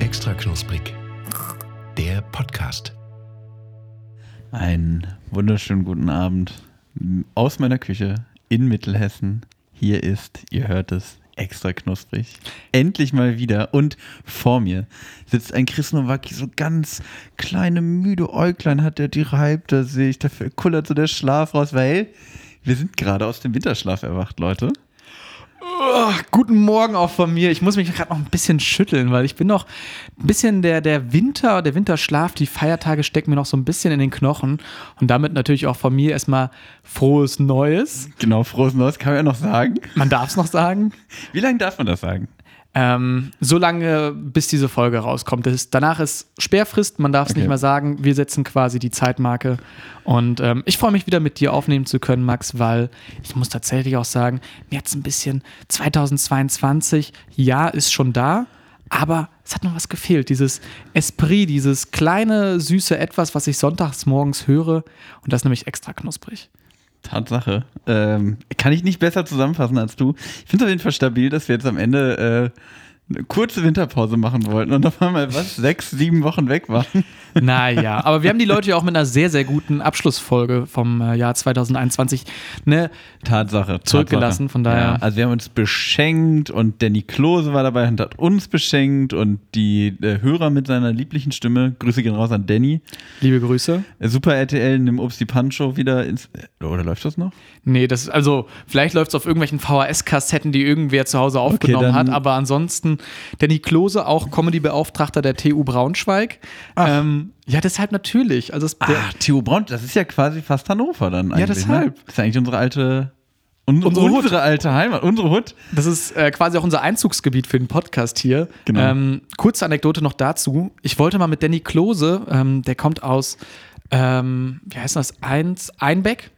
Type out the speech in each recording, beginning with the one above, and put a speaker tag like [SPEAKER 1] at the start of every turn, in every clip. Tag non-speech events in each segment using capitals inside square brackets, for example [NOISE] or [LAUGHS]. [SPEAKER 1] Extra knusprig. Der Podcast.
[SPEAKER 2] Einen wunderschönen guten Abend aus meiner Küche in Mittelhessen. Hier ist, ihr hört es, extra knusprig. Endlich mal wieder. Und vor mir sitzt ein Chris Nowacki, so ganz kleine, müde Äuglein hat der, die reibt er sich, dafür kullert so der Schlaf raus, weil wir sind gerade aus dem Winterschlaf erwacht, Leute.
[SPEAKER 3] Ugh, Oh, guten Morgen auch von mir. Ich muss mich gerade noch ein bisschen schütteln, weil ich bin noch ein bisschen der, der Winter, der Winterschlaf, die Feiertage stecken mir noch so ein bisschen in den Knochen. Und damit natürlich auch von mir erstmal frohes Neues.
[SPEAKER 2] Genau, frohes Neues kann man ja noch sagen.
[SPEAKER 3] Man darf es noch sagen.
[SPEAKER 2] Wie lange darf man das sagen?
[SPEAKER 3] Ähm, so lange, bis diese Folge rauskommt. Das ist, danach ist Sperrfrist, man darf es
[SPEAKER 2] Okay.
[SPEAKER 3] nicht mehr sagen. Wir setzen quasi die Zeitmarke. Und ähm, ich freue mich wieder mit dir aufnehmen zu können, Max, weil ich muss tatsächlich auch sagen, mir hat es ein bisschen 2022, ja, ist schon da, aber es hat noch was gefehlt. Dieses Esprit, dieses kleine, süße Etwas, was ich sonntags morgens höre. Und das ist nämlich extra knusprig.
[SPEAKER 2] Tatsache. Ähm, kann ich nicht besser zusammenfassen als du. Ich finde es auf jeden Fall stabil, dass wir jetzt am Ende äh, eine kurze Winterpause machen wollten und auf einmal [LAUGHS] was? Sechs, sieben Wochen weg waren.
[SPEAKER 3] Naja, aber wir haben die Leute ja auch mit einer sehr, sehr guten Abschlussfolge vom äh, Jahr 2021. Ne?
[SPEAKER 2] Tatsache.
[SPEAKER 3] Zurückgelassen, von daher.
[SPEAKER 2] also wir haben uns beschenkt und Danny Klose war dabei und hat uns beschenkt und die äh, Hörer mit seiner lieblichen Stimme. Grüße gehen raus an Danny.
[SPEAKER 3] Liebe Grüße.
[SPEAKER 2] Äh, Super RTL, nimm Obst die Pancho wieder ins. Äh, oder läuft das noch?
[SPEAKER 3] Nee, das ist also, vielleicht läuft es auf irgendwelchen VHS-Kassetten, die irgendwer zu Hause aufgenommen
[SPEAKER 2] dann-
[SPEAKER 3] hat, aber ansonsten, Danny Klose, auch Comedy-Beauftragter der TU Braunschweig. Ähm, ja, deshalb natürlich. Also, es- der,
[SPEAKER 2] Ah, Theo Braun, das ist ja quasi fast Hannover dann eigentlich.
[SPEAKER 3] deshalb.
[SPEAKER 2] Ne? Das ist ja eigentlich unsere alte, un
[SPEAKER 3] Unsere
[SPEAKER 2] unsere,
[SPEAKER 3] Hut.
[SPEAKER 2] alte Heimat, unsere Hut.
[SPEAKER 3] das ist äh, quasi auch unser Einzugsgebiet für den Podcast hier.
[SPEAKER 2] Genau.
[SPEAKER 3] Ähm, kurze Anekdote noch dazu. Ich wollte mal mit Danny Klose, ähm, der kommt aus, ähm, wie heißt das, Eins, Einbeck?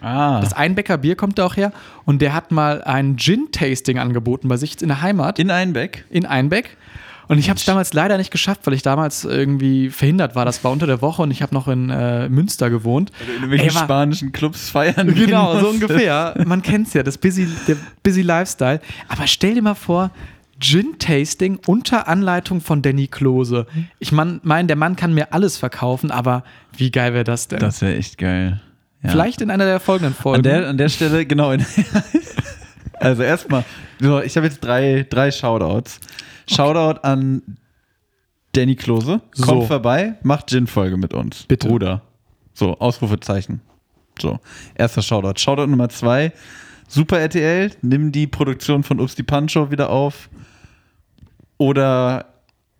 [SPEAKER 2] Ah,
[SPEAKER 3] Das Einbecker Bier kommt da auch her. Und der hat mal ein Gin-Tasting angeboten bei sich in der Heimat.
[SPEAKER 2] in Einbeck.
[SPEAKER 3] in Einbeck. Und ich habe es damals leider nicht geschafft, weil ich damals irgendwie verhindert war. Das war unter der Woche und ich habe noch in äh, Münster gewohnt.
[SPEAKER 2] Also In irgendwelchen
[SPEAKER 3] Ey, war-
[SPEAKER 2] spanischen Clubs feiern. gehen
[SPEAKER 3] [LAUGHS] Genau,
[SPEAKER 2] [LAUGHS]
[SPEAKER 3] so
[SPEAKER 2] musste.
[SPEAKER 3] ungefähr. Man kennt's ja, das busy, der busy Lifestyle. Aber stell dir mal vor, Gin-Tasting unter Anleitung von Danny Klose. Ich mein, mein, der Mann kann mir alles verkaufen, aber wie geil wäre das denn?
[SPEAKER 2] Das wäre echt geil. Ja.
[SPEAKER 3] Vielleicht in einer der folgenden Folgen.
[SPEAKER 2] An der, an der Stelle, genau. In, [LAUGHS] also erstmal, so, ich habe jetzt drei, drei Shoutouts. Shoutout an Danny Klose.
[SPEAKER 3] So.
[SPEAKER 2] Kommt vorbei, macht Gin-Folge mit uns.
[SPEAKER 3] Bitte.
[SPEAKER 2] Bruder. So, Ausrufezeichen. So, erster Shoutout. Shoutout Nummer zwei. Super RTL, nimm die Produktion von Ups die Pancho wieder auf. Oder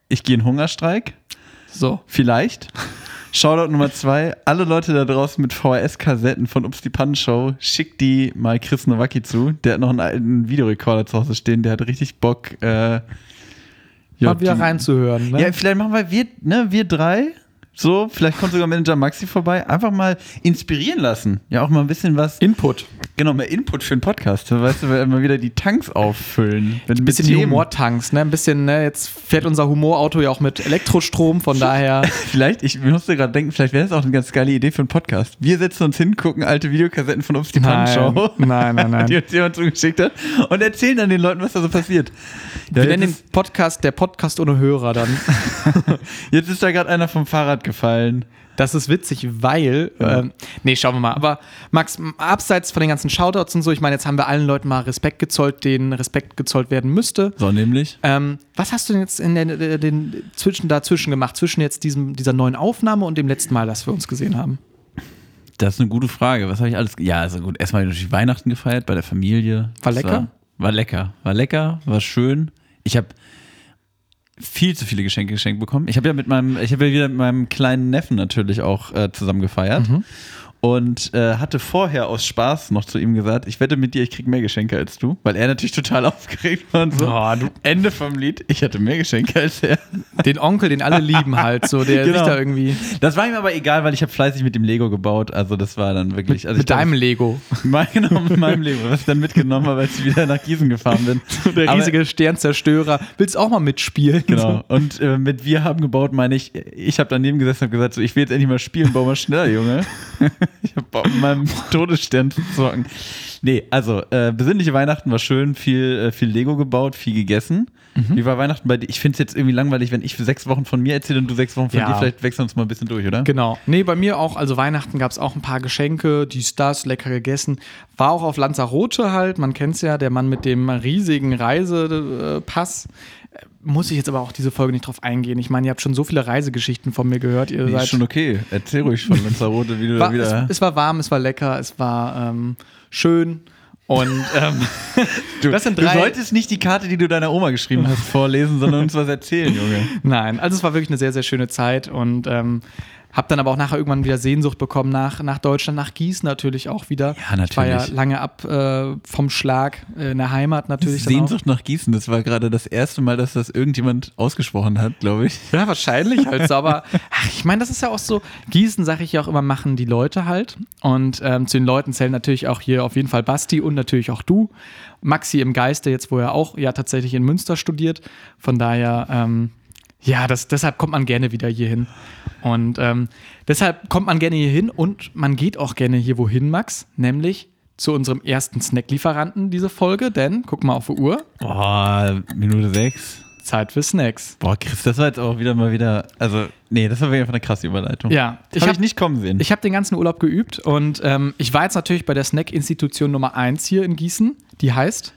[SPEAKER 2] ich gehe in Hungerstreik.
[SPEAKER 3] so.
[SPEAKER 2] Vielleicht. Shoutout Nummer zwei. Alle Leute da draußen mit VHS-Kassetten von Ups die Pannen Show, schickt die mal Chris Nowacki zu. Der hat noch einen alten Videorekorder zu Hause stehen. Der hat richtig Bock. Äh,
[SPEAKER 3] Mal wieder
[SPEAKER 2] die-
[SPEAKER 3] reinzuhören. Ne?
[SPEAKER 2] Ja, vielleicht machen wir, wir, ne, wir drei. So, vielleicht kommt sogar Manager Maxi vorbei. Einfach mal inspirieren lassen. Ja, auch mal ein bisschen was.
[SPEAKER 3] Input.
[SPEAKER 2] genau, mal Input für den Podcast. Weißt du, weil immer wieder die Tanks auffüllen. Wenn
[SPEAKER 3] Ein bisschen die Humortanks, ne? Ein bisschen, ne? Jetzt fährt unser Humorauto ja auch mit
[SPEAKER 2] [LAUGHS]
[SPEAKER 3] Elektrostrom, von daher.
[SPEAKER 2] Vielleicht, ich musste gerade denken, vielleicht wäre das auch eine ganz geile Idee für einen Podcast. Wir setzen uns hin, gucken alte Videokassetten von Ups die
[SPEAKER 3] Nein,
[SPEAKER 2] Pannenshow,
[SPEAKER 3] nein,
[SPEAKER 2] [LAUGHS]
[SPEAKER 3] nein, nein.
[SPEAKER 2] die uns jemand zugeschickt hat, und erzählen dann den Leuten, was da so passiert. Ja,
[SPEAKER 3] Wir
[SPEAKER 2] jetzt,
[SPEAKER 3] nennen den
[SPEAKER 2] ist,
[SPEAKER 3] Podcast der Podcast ohne Hörer dann.
[SPEAKER 2] jetzt ist da gerade einer vom Fahrrad gefallen.
[SPEAKER 3] Das ist witzig, weil.
[SPEAKER 2] Ja.
[SPEAKER 3] Ähm, nee, schauen wir mal. Aber Max, m- abseits von den ganzen Shoutouts und so, ich meine, jetzt haben wir allen Leuten mal Respekt gezollt, den Respekt gezollt werden müsste.
[SPEAKER 2] So, nämlich?
[SPEAKER 3] Ähm, was hast du denn jetzt in den, den, den zwischen, dazwischen gemacht, zwischen jetzt diesem, dieser neuen Aufnahme und dem letzten Mal, das wir uns gesehen haben?
[SPEAKER 2] Das ist eine gute Frage. Was habe ich alles. Ja, also gut, erstmal natürlich Weihnachten gefeiert bei der Familie.
[SPEAKER 3] War
[SPEAKER 2] Das
[SPEAKER 3] lecker?
[SPEAKER 2] War, war lecker. War lecker, war schön. Ich habe viel zu viele Geschenke geschenkt bekommen. Ich habe ja mit meinem, ich habe ja wieder mit meinem kleinen Neffen natürlich auch äh, zusammen gefeiert.
[SPEAKER 3] Mhm.
[SPEAKER 2] Und äh, hatte vorher aus Spaß noch zu ihm gesagt, ich wette mit dir, ich krieg mehr Geschenke als du, weil er natürlich total [LAUGHS] aufgeregt war und so.
[SPEAKER 3] Oh, du-
[SPEAKER 2] Ende vom Lied, ich hatte mehr Geschenke als er.
[SPEAKER 3] Den Onkel, den alle lieben halt, so
[SPEAKER 2] [LAUGHS]
[SPEAKER 3] der
[SPEAKER 2] Genau.
[SPEAKER 3] sich da irgendwie.
[SPEAKER 2] Das war ihm aber egal, weil ich habe fleißig mit dem Lego gebaut, also das war dann wirklich. also ich
[SPEAKER 3] mit
[SPEAKER 2] glaub,
[SPEAKER 3] deinem Lego.
[SPEAKER 2] Mein, genau, mit meinem Leben, was ich dann mitgenommen habe, als ich wieder nach Gießen gefahren bin.
[SPEAKER 3] [LAUGHS] Der
[SPEAKER 2] Aber-
[SPEAKER 3] riesige Sternzerstörer. Willst auch mal mitspielen?
[SPEAKER 2] Genau. Und äh, mit wir haben gebaut, meine ich, ich habe daneben gesessen und habe gesagt, so, ich will jetzt endlich mal spielen, bau mal schneller, Junge. [LAUGHS] Ich habe Bock, meinem Todesstern zu zocken. Nee, also, äh, besinnliche Weihnachten war schön, viel, äh, viel Lego gebaut, viel gegessen.
[SPEAKER 3] Mhm.
[SPEAKER 2] Wie war Weihnachten bei dir? Ich finde es jetzt irgendwie langweilig, wenn ich für sechs Wochen von mir erzähle und du sechs Wochen von
[SPEAKER 3] Ja.
[SPEAKER 2] dir. Vielleicht wechseln wir uns mal ein bisschen durch, oder?
[SPEAKER 3] [LAUGHS] Genau. Nee, bei mir auch, also Weihnachten gab es auch ein paar Geschenke, dies, das, lecker gegessen. War auch auf Lanzarote halt, man kennt es ja, der Mann mit dem riesigen Reisepass. Äh, Muss ich jetzt aber auch diese Folge nicht drauf eingehen. Ich meine, ihr habt schon so viele Reisegeschichten von mir gehört. Ihr
[SPEAKER 2] Nee,
[SPEAKER 3] seid
[SPEAKER 2] ist schon okay. Erzähl ruhig von Lanzarote, wie du da
[SPEAKER 3] war,
[SPEAKER 2] wieder.
[SPEAKER 3] es, es war warm, es war lecker, es war ähm, schön. Und ähm, das sind
[SPEAKER 2] [LAUGHS]
[SPEAKER 3] drei.
[SPEAKER 2] Du solltest nicht die Karte, die du deiner Oma geschrieben hast, vorlesen, sondern uns was
[SPEAKER 3] [LAUGHS]
[SPEAKER 2] erzählen, Junge.
[SPEAKER 3] Nein, also es war wirklich eine sehr, sehr schöne Zeit und ähm, habe dann aber auch nachher irgendwann wieder Sehnsucht bekommen nach, nach Deutschland, nach Gießen natürlich auch wieder.
[SPEAKER 2] Ja,
[SPEAKER 3] Ich war ja
[SPEAKER 2] natürlich.
[SPEAKER 3] lange ab äh, vom Schlag äh, in der Heimat natürlich. dann auch.
[SPEAKER 2] Sehnsucht nach Gießen, das war gerade das erste Mal, dass das irgendjemand ausgesprochen hat, glaube ich.
[SPEAKER 3] Ja, wahrscheinlich halt so, aber [LAUGHS] ach, ich meine, das ist ja auch so, Gießen, sage ich ja auch immer, machen die Leute halt. Und ähm, zu den Leuten zählen natürlich auch hier auf jeden Fall Basti und natürlich auch du. Maxi im Geiste, jetzt wo er auch ja tatsächlich in Münster studiert. Von daher, ähm, ja, das, deshalb kommt man gerne wieder hier hin. Und ähm, deshalb kommt man gerne hier hin und man geht auch gerne hier wohin, Max, nämlich zu unserem ersten Snacklieferanten diese Folge, denn guck mal auf die Uhr,
[SPEAKER 2] Boah, Minute sechs.
[SPEAKER 3] Zeit für Snacks.
[SPEAKER 2] Boah, Chris, das war jetzt auch wieder mal wieder. Also, nee, das war wirklich einfach eine krasse Überleitung.
[SPEAKER 3] Ja,
[SPEAKER 2] ich habe ich nicht kommen sehen.
[SPEAKER 3] Ich habe den ganzen Urlaub geübt und ähm, ich war jetzt natürlich bei der Snack-Institution Nummer 1 hier in Gießen. Die heißt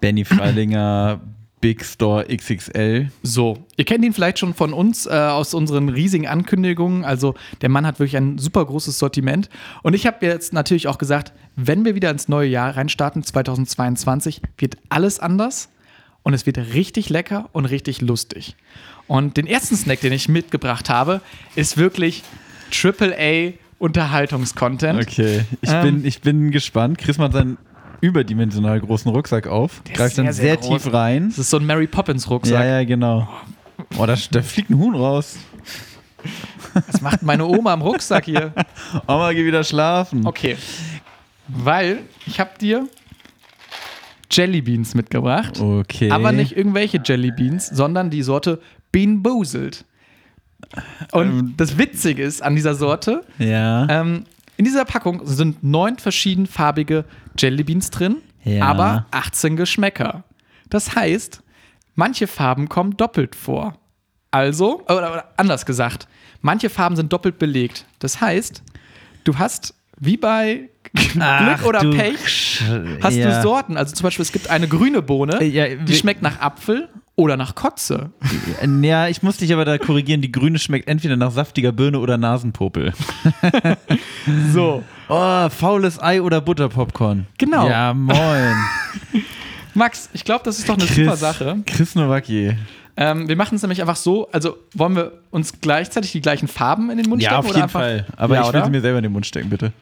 [SPEAKER 2] Benny Freilinger, Big Store XXL.
[SPEAKER 3] so. Ihr kennt ihn vielleicht schon von uns äh, aus unseren riesigen Ankündigungen. Also der Mann hat wirklich ein super großes Sortiment. Und ich habe jetzt natürlich auch gesagt, wenn wir wieder ins neue Jahr reinstarten, 2022, wird alles anders und es wird richtig lecker und richtig lustig. Und den ersten Snack, den ich mitgebracht habe, ist wirklich AAA Unterhaltungscontent.
[SPEAKER 2] Okay, ich,
[SPEAKER 3] Ähm.
[SPEAKER 2] bin, ich bin gespannt. Chris macht seinen überdimensional großen Rucksack auf,
[SPEAKER 3] ist
[SPEAKER 2] greift dann
[SPEAKER 3] sehr, sehr
[SPEAKER 2] sehr,
[SPEAKER 3] groß.
[SPEAKER 2] tief rein.
[SPEAKER 3] Das ist Oh. so ein Mary Poppins Rucksack.
[SPEAKER 2] Ja, ja, genau. Boah, da, da fliegt ein Huhn raus.
[SPEAKER 3] Das macht meine Oma am Rucksack hier.
[SPEAKER 2] Oma, geh wieder schlafen.
[SPEAKER 3] Okay. Weil ich habe dir Jellybeans mitgebracht.
[SPEAKER 2] Okay.
[SPEAKER 3] Aber nicht irgendwelche Jellybeans, sondern die Sorte Bean Boozled. Und das Witzige ist an dieser Sorte,
[SPEAKER 2] Ja.
[SPEAKER 3] ähm, in dieser Packung sind neun verschiedenfarbige Jellybeans drin,
[SPEAKER 2] Ja.
[SPEAKER 3] aber 18 Geschmäcker. Das heißt, manche Farben kommen doppelt vor. Also, oder, oder anders gesagt, manche Farben sind doppelt belegt. Das heißt, du hast wie bei
[SPEAKER 2] Ach,
[SPEAKER 3] Glück oder
[SPEAKER 2] du
[SPEAKER 3] Pech, hast
[SPEAKER 2] ja.
[SPEAKER 3] du Sorten. Also zum Beispiel, es gibt eine grüne Bohne,
[SPEAKER 2] Äh, ja,
[SPEAKER 3] die
[SPEAKER 2] wir-
[SPEAKER 3] schmeckt nach Apfel oder nach Kotze.
[SPEAKER 2] Ja, ich muss dich aber da korrigieren. Die grüne schmeckt entweder nach saftiger Birne oder Nasenpopel. [LAUGHS]
[SPEAKER 3] So.
[SPEAKER 2] Oh, faules Ei oder Butterpopcorn.
[SPEAKER 3] Genau.
[SPEAKER 2] Ja, [LAUGHS] moin.
[SPEAKER 3] Max, ich glaube, das ist doch eine super Sache.
[SPEAKER 2] Chris Nowacki.
[SPEAKER 3] Ähm, wir machen es nämlich einfach so, also wollen wir uns gleichzeitig die gleichen Farben in den Mund stecken? einfach,
[SPEAKER 2] Aber
[SPEAKER 3] ja,
[SPEAKER 2] ich will
[SPEAKER 3] oder?
[SPEAKER 2] sie mir selber in den Mund stecken, bitte.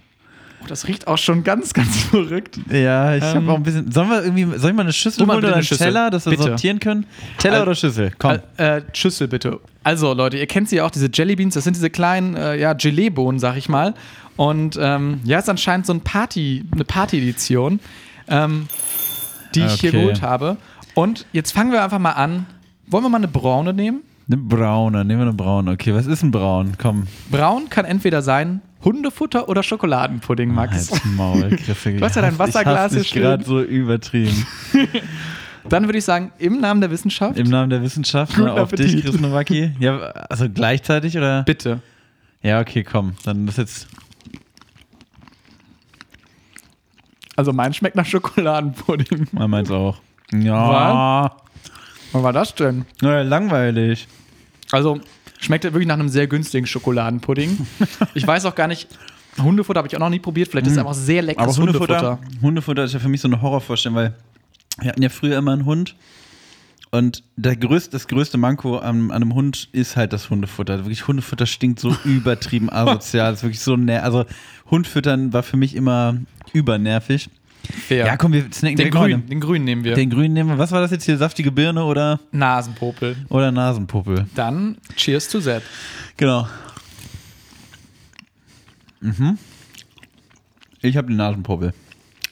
[SPEAKER 3] Oh, das riecht auch schon ganz, [LAUGHS] ganz verrückt.
[SPEAKER 2] Ja, ich hab
[SPEAKER 3] Ähm.
[SPEAKER 2] habe auch ein bisschen. Sollen wir irgendwie, soll ich mal eine Schüssel
[SPEAKER 3] Hol mal
[SPEAKER 2] holen
[SPEAKER 3] bitte
[SPEAKER 2] oder
[SPEAKER 3] eine
[SPEAKER 2] einen
[SPEAKER 3] Schüssel.
[SPEAKER 2] Teller, dass wir
[SPEAKER 3] Bitte.
[SPEAKER 2] sortieren können? Teller
[SPEAKER 3] Al-
[SPEAKER 2] oder Schüssel? Komm.
[SPEAKER 3] Äh, äh, Schüssel bitte. Also Leute, ihr kennt sie ja auch, diese Jellybeans, das sind diese kleinen äh, ja, Gelee-Bohnen, sag ich mal. Und ähm, ja, ist anscheinend so ein Party, eine Party-Edition, ähm, die ich hier
[SPEAKER 2] Okay.
[SPEAKER 3] geholt habe. Und jetzt fangen wir einfach mal an. Wollen wir mal eine braune nehmen?
[SPEAKER 2] eine braune, nehmen wir eine braune. Okay, was ist ein braun? Komm.
[SPEAKER 3] Braun kann entweder sein Hundefutter oder Schokoladenpudding, Max.
[SPEAKER 2] Halt's Maul, Chris. Du
[SPEAKER 3] hast ja dein Wasserglas hier
[SPEAKER 2] ist
[SPEAKER 3] stehen.
[SPEAKER 2] gerade so übertrieben.
[SPEAKER 3] Dann würde ich sagen, im Namen der Wissenschaft,
[SPEAKER 2] Im Namen der Wissenschaft,
[SPEAKER 3] Guten
[SPEAKER 2] ne, auf dich,
[SPEAKER 3] Appetit.
[SPEAKER 2] Chris Nowacki. Ja, also gleichzeitig oder?
[SPEAKER 3] bitte.
[SPEAKER 2] Ja, okay, komm. Dann ist jetzt.
[SPEAKER 3] Also mein schmeckt nach Schokoladenpudding.
[SPEAKER 2] Man meint's auch. Ja.
[SPEAKER 3] Was war das denn?
[SPEAKER 2] Naja, langweilig.
[SPEAKER 3] Also schmeckt wirklich nach einem sehr günstigen [LAUGHS] Schokoladenpudding. Ich weiß auch gar nicht, Hundefutter habe ich auch noch nie probiert. Vielleicht ist es einfach sehr
[SPEAKER 2] Aber
[SPEAKER 3] leckeres
[SPEAKER 2] Hundefutter, Hundefutter. ist ja für mich so eine Horrorvorstellung, weil wir hatten ja früher immer einen Hund. Und der größte, das größte Manko an, an einem Hund ist halt das Hundefutter. Wirklich, Hundefutter stinkt
[SPEAKER 3] [LAUGHS]
[SPEAKER 2] so übertrieben asozial. Das ist wirklich so ner Also, Hund füttern war für mich immer übernervig.
[SPEAKER 3] Fair.
[SPEAKER 2] Ja, komm, wir snacken
[SPEAKER 3] den
[SPEAKER 2] direkt mal
[SPEAKER 3] grünen, den grünen nehmen wir.
[SPEAKER 2] Den grünen nehmen wir. Was war das jetzt hier? Saftige Birne oder,
[SPEAKER 3] Nasenpopel.
[SPEAKER 2] oder Nasenpuppe?
[SPEAKER 3] Dann Cheers to Zed.
[SPEAKER 2] Genau. Mhm. Ich habe die Nasenpuppe.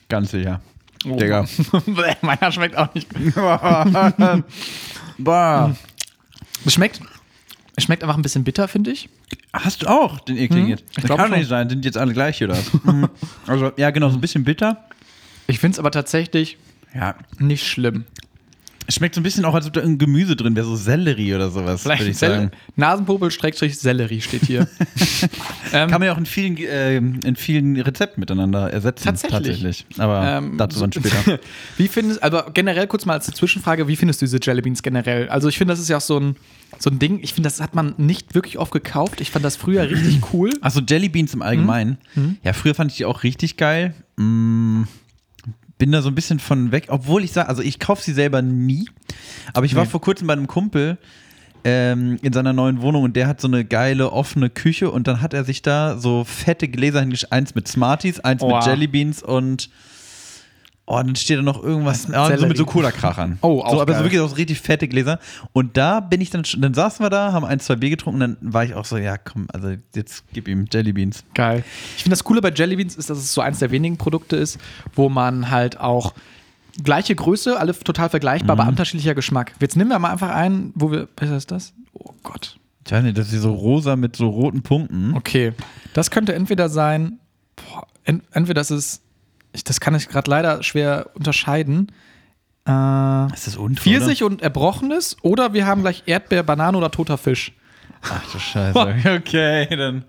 [SPEAKER 2] Ganz sicher.
[SPEAKER 3] [LAUGHS] Oh.
[SPEAKER 2] Digga.
[SPEAKER 3] Meiner schmeckt auch nicht gut.
[SPEAKER 2] Bah.
[SPEAKER 3] Es schmeckt, es schmeckt einfach ein bisschen bitter, finde ich.
[SPEAKER 2] Hast du auch den ekligen jetzt? Das
[SPEAKER 3] Hm? glaub
[SPEAKER 2] kann doch
[SPEAKER 3] schon.
[SPEAKER 2] nicht sein, sind jetzt alle gleich hier das.
[SPEAKER 3] [LAUGHS]
[SPEAKER 2] also, ja, genau, so ein bisschen bitter.
[SPEAKER 3] Ich finde es aber tatsächlich
[SPEAKER 2] Ja.
[SPEAKER 3] nicht schlimm.
[SPEAKER 2] Es schmeckt so ein bisschen auch, als ob da ein Gemüse drin wäre, so Sellerie oder sowas, würde ich
[SPEAKER 3] Vielleicht Sel
[SPEAKER 2] sagen.
[SPEAKER 3] Nasenpopel Schrägstrich Sellerie steht
[SPEAKER 2] [LAUGHS]
[SPEAKER 3] hier. ähm,
[SPEAKER 2] Kann man ja auch in vielen, ähm, in vielen Rezepten miteinander ersetzen.
[SPEAKER 3] Tatsächlich.
[SPEAKER 2] tatsächlich. Aber
[SPEAKER 3] ähm,
[SPEAKER 2] dazu dann
[SPEAKER 3] so- [LAUGHS]
[SPEAKER 2] später.
[SPEAKER 3] wie findest, aber generell kurz mal als Zwischenfrage, wie findest du diese Jellybeans generell? Also ich finde, das ist ja auch so ein, so ein Ding. Ich finde, das hat man nicht wirklich oft gekauft. Ich fand das früher richtig cool.
[SPEAKER 2] Achso, Jellybeans im Allgemeinen.
[SPEAKER 3] Hm?
[SPEAKER 2] Ja, früher fand ich die auch richtig geil. Mm, bin da so ein bisschen von weg, obwohl ich sage, also ich kaufe sie selber nie. Aber ich war
[SPEAKER 3] Nee.
[SPEAKER 2] vor kurzem bei einem Kumpel ähm, in seiner neuen Wohnung und der hat so eine geile offene Küche und dann hat er sich da so fette Gläser hingesch, eins mit Smarties, eins
[SPEAKER 3] Oha.
[SPEAKER 2] mit Jellybeans und oh, dann steht da noch irgendwas ja, so
[SPEAKER 3] Sellerie.
[SPEAKER 2] mit so Cola-Krachern.
[SPEAKER 3] Oh, auch
[SPEAKER 2] so, aber so
[SPEAKER 3] geil.
[SPEAKER 2] wirklich auch so richtig fette Gläser. Und da bin ich dann schon, dann saßen wir da, haben ein, zwei Bier getrunken, dann war ich auch so, ja komm, also jetzt gib ihm Jellybeans.
[SPEAKER 3] Geil. Ich finde das Coole bei Jellybeans ist, dass es so eins der wenigen Produkte ist, wo man halt auch gleiche Größe, alle total vergleichbar, aber unterschiedlicher Geschmack. Jetzt nehmen wir mal einfach einen, wo wir. Was ist das? Oh Gott.
[SPEAKER 2] Ich weiß nicht, das ist so rosa mit so roten Punkten.
[SPEAKER 3] Okay. Das könnte entweder sein, boah, en, entweder das ist. Ich, das kann ich gerade leider schwer unterscheiden. Äh,
[SPEAKER 2] Das ist unter,
[SPEAKER 3] Pfirsich und Erbrochenes oder wir haben gleich Erdbeer, Banane oder toter Fisch.
[SPEAKER 2] Ach du Scheiße. [LAUGHS] okay, dann.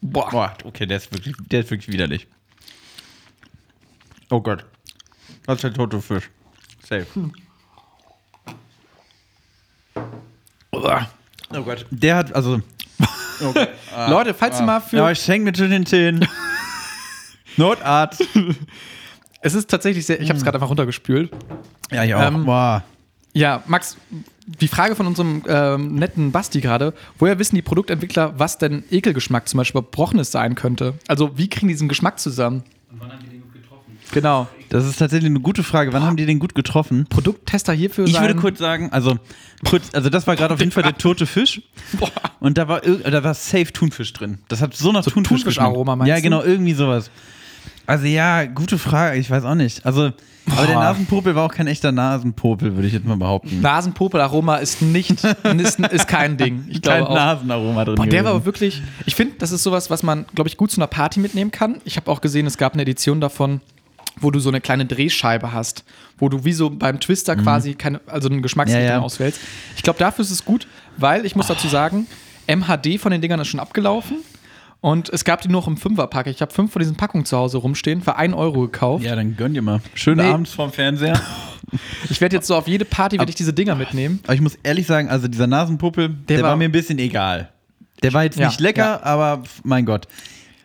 [SPEAKER 3] Boah.
[SPEAKER 2] Boah, okay, der ist wirklich, der ist wirklich widerlich. Oh Gott. Das ist der tote Fisch. Safe.
[SPEAKER 3] Uah.
[SPEAKER 2] Oh Gott. Der hat, also. Oh [LAUGHS] Gott.
[SPEAKER 3] Leute, falls ihr mal für.
[SPEAKER 2] Ah. Ja, ich schenke mir zu den Zähnen. [LAUGHS] Notarzt.
[SPEAKER 3] es ist tatsächlich sehr. Ich habe es gerade einfach runtergespült.
[SPEAKER 2] Ja, ja.
[SPEAKER 3] Ähm,
[SPEAKER 2] Boah.
[SPEAKER 3] Ja, Max, die Frage von unserem ähm, netten Basti gerade, woher wissen die Produktentwickler, was denn Ekelgeschmack zum Beispiel Brochenes sein könnte? Also wie kriegen die diesen Geschmack zusammen? Und wann haben die den gut getroffen? Genau.
[SPEAKER 2] Das ist tatsächlich eine gute Frage. Wann haben die den gut getroffen?
[SPEAKER 3] Produkttester hierfür
[SPEAKER 2] Ich
[SPEAKER 3] sein.
[SPEAKER 2] würde kurz sagen, also, kurz, also das war gerade auf jeden Fall der [LAUGHS] tote Fisch.
[SPEAKER 3] Boah.
[SPEAKER 2] Und da war, irg- da war safe Thunfisch drin. Das hat so nach
[SPEAKER 3] So
[SPEAKER 2] Thunfisch
[SPEAKER 3] Thunfischaroma,
[SPEAKER 2] geschmeckt.
[SPEAKER 3] meinst
[SPEAKER 2] Ja,
[SPEAKER 3] du?
[SPEAKER 2] genau, irgendwie sowas. Also ja, gute Frage, ich weiß auch nicht. Also, aber der
[SPEAKER 3] Boah.
[SPEAKER 2] Nasenpopel war auch kein echter Nasenpopel, würde ich jetzt mal behaupten.
[SPEAKER 3] Nasenpopelaroma ist [LAUGHS] nicht, ist, ist kein Ding. Ich
[SPEAKER 2] Kein
[SPEAKER 3] glaube auch.
[SPEAKER 2] Nasenaroma drin.
[SPEAKER 3] Boah, der war
[SPEAKER 2] gewesen.
[SPEAKER 3] aber wirklich, ich finde, das ist sowas, was man, glaube ich, gut zu einer Party mitnehmen kann. Ich habe auch gesehen, es gab eine Edition davon, wo du so eine kleine Drehscheibe hast, wo du wie so beim Twister quasi keine, also einen Geschmacksrichtung
[SPEAKER 2] Mhm. Ja, ja.
[SPEAKER 3] auswählst. Ich glaube, dafür ist es gut, weil ich muss dazu sagen, MHD von den Dingern ist schon abgelaufen und es gab die nur noch im Fünferpack. Ich habe fünf von diesen Packungen zu Hause rumstehen, für 1 Euro gekauft.
[SPEAKER 2] ja, dann gönn dir mal. Schönen
[SPEAKER 3] Nee.
[SPEAKER 2] Abend vorm Fernseher.
[SPEAKER 3] Ich werde jetzt so auf jede Party werde ich diese Dinger mitnehmen.
[SPEAKER 2] Aber ich muss ehrlich sagen, also dieser Nasenpopel, der, war,
[SPEAKER 3] war-
[SPEAKER 2] mir ein bisschen egal. Der war jetzt
[SPEAKER 3] Ja,
[SPEAKER 2] nicht lecker, aber pf, mein Gott.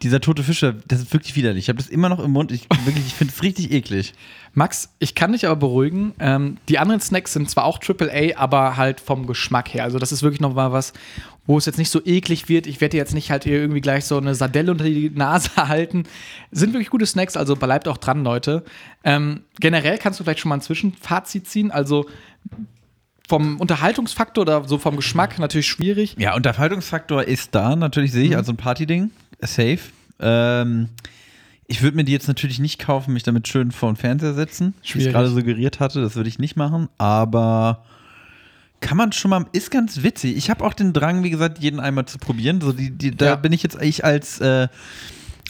[SPEAKER 2] Dieser tote Fisch, das ist wirklich widerlich. Ich habe das immer noch im Mund. Ich, wirklich, ich finde es richtig eklig.
[SPEAKER 3] Max, ich kann dich aber beruhigen. Ähm, die anderen Snacks sind zwar auch AAA, aber halt vom Geschmack her. Also das ist wirklich nochmal was, wo es jetzt nicht so eklig wird. Ich werde dir jetzt nicht halt hier irgendwie gleich so eine Sardelle unter die Nase [LAUGHS] halten. Sind wirklich gute Snacks, also bleibt auch dran, Leute. Ähm, generell kannst du vielleicht schon mal ein Zwischenfazit ziehen. Also vom Unterhaltungsfaktor oder so vom Geschmack natürlich schwierig.
[SPEAKER 2] Ja, und der Faltungsfaktor ist da, natürlich sehe ich,
[SPEAKER 3] Mhm.
[SPEAKER 2] als ein Partyding. Safe. Ähm, ich würde mir die jetzt natürlich nicht kaufen, mich damit schön vor den Fernseher setzen. Wie ich
[SPEAKER 3] Schwierig.
[SPEAKER 2] gerade suggeriert hatte, das würde ich nicht machen. Aber kann man schon mal, ist ganz witzig. Ich habe auch den Drang, wie gesagt, jeden einmal zu probieren. So die, die, da
[SPEAKER 3] Ja.
[SPEAKER 2] bin ich jetzt, ich als, äh,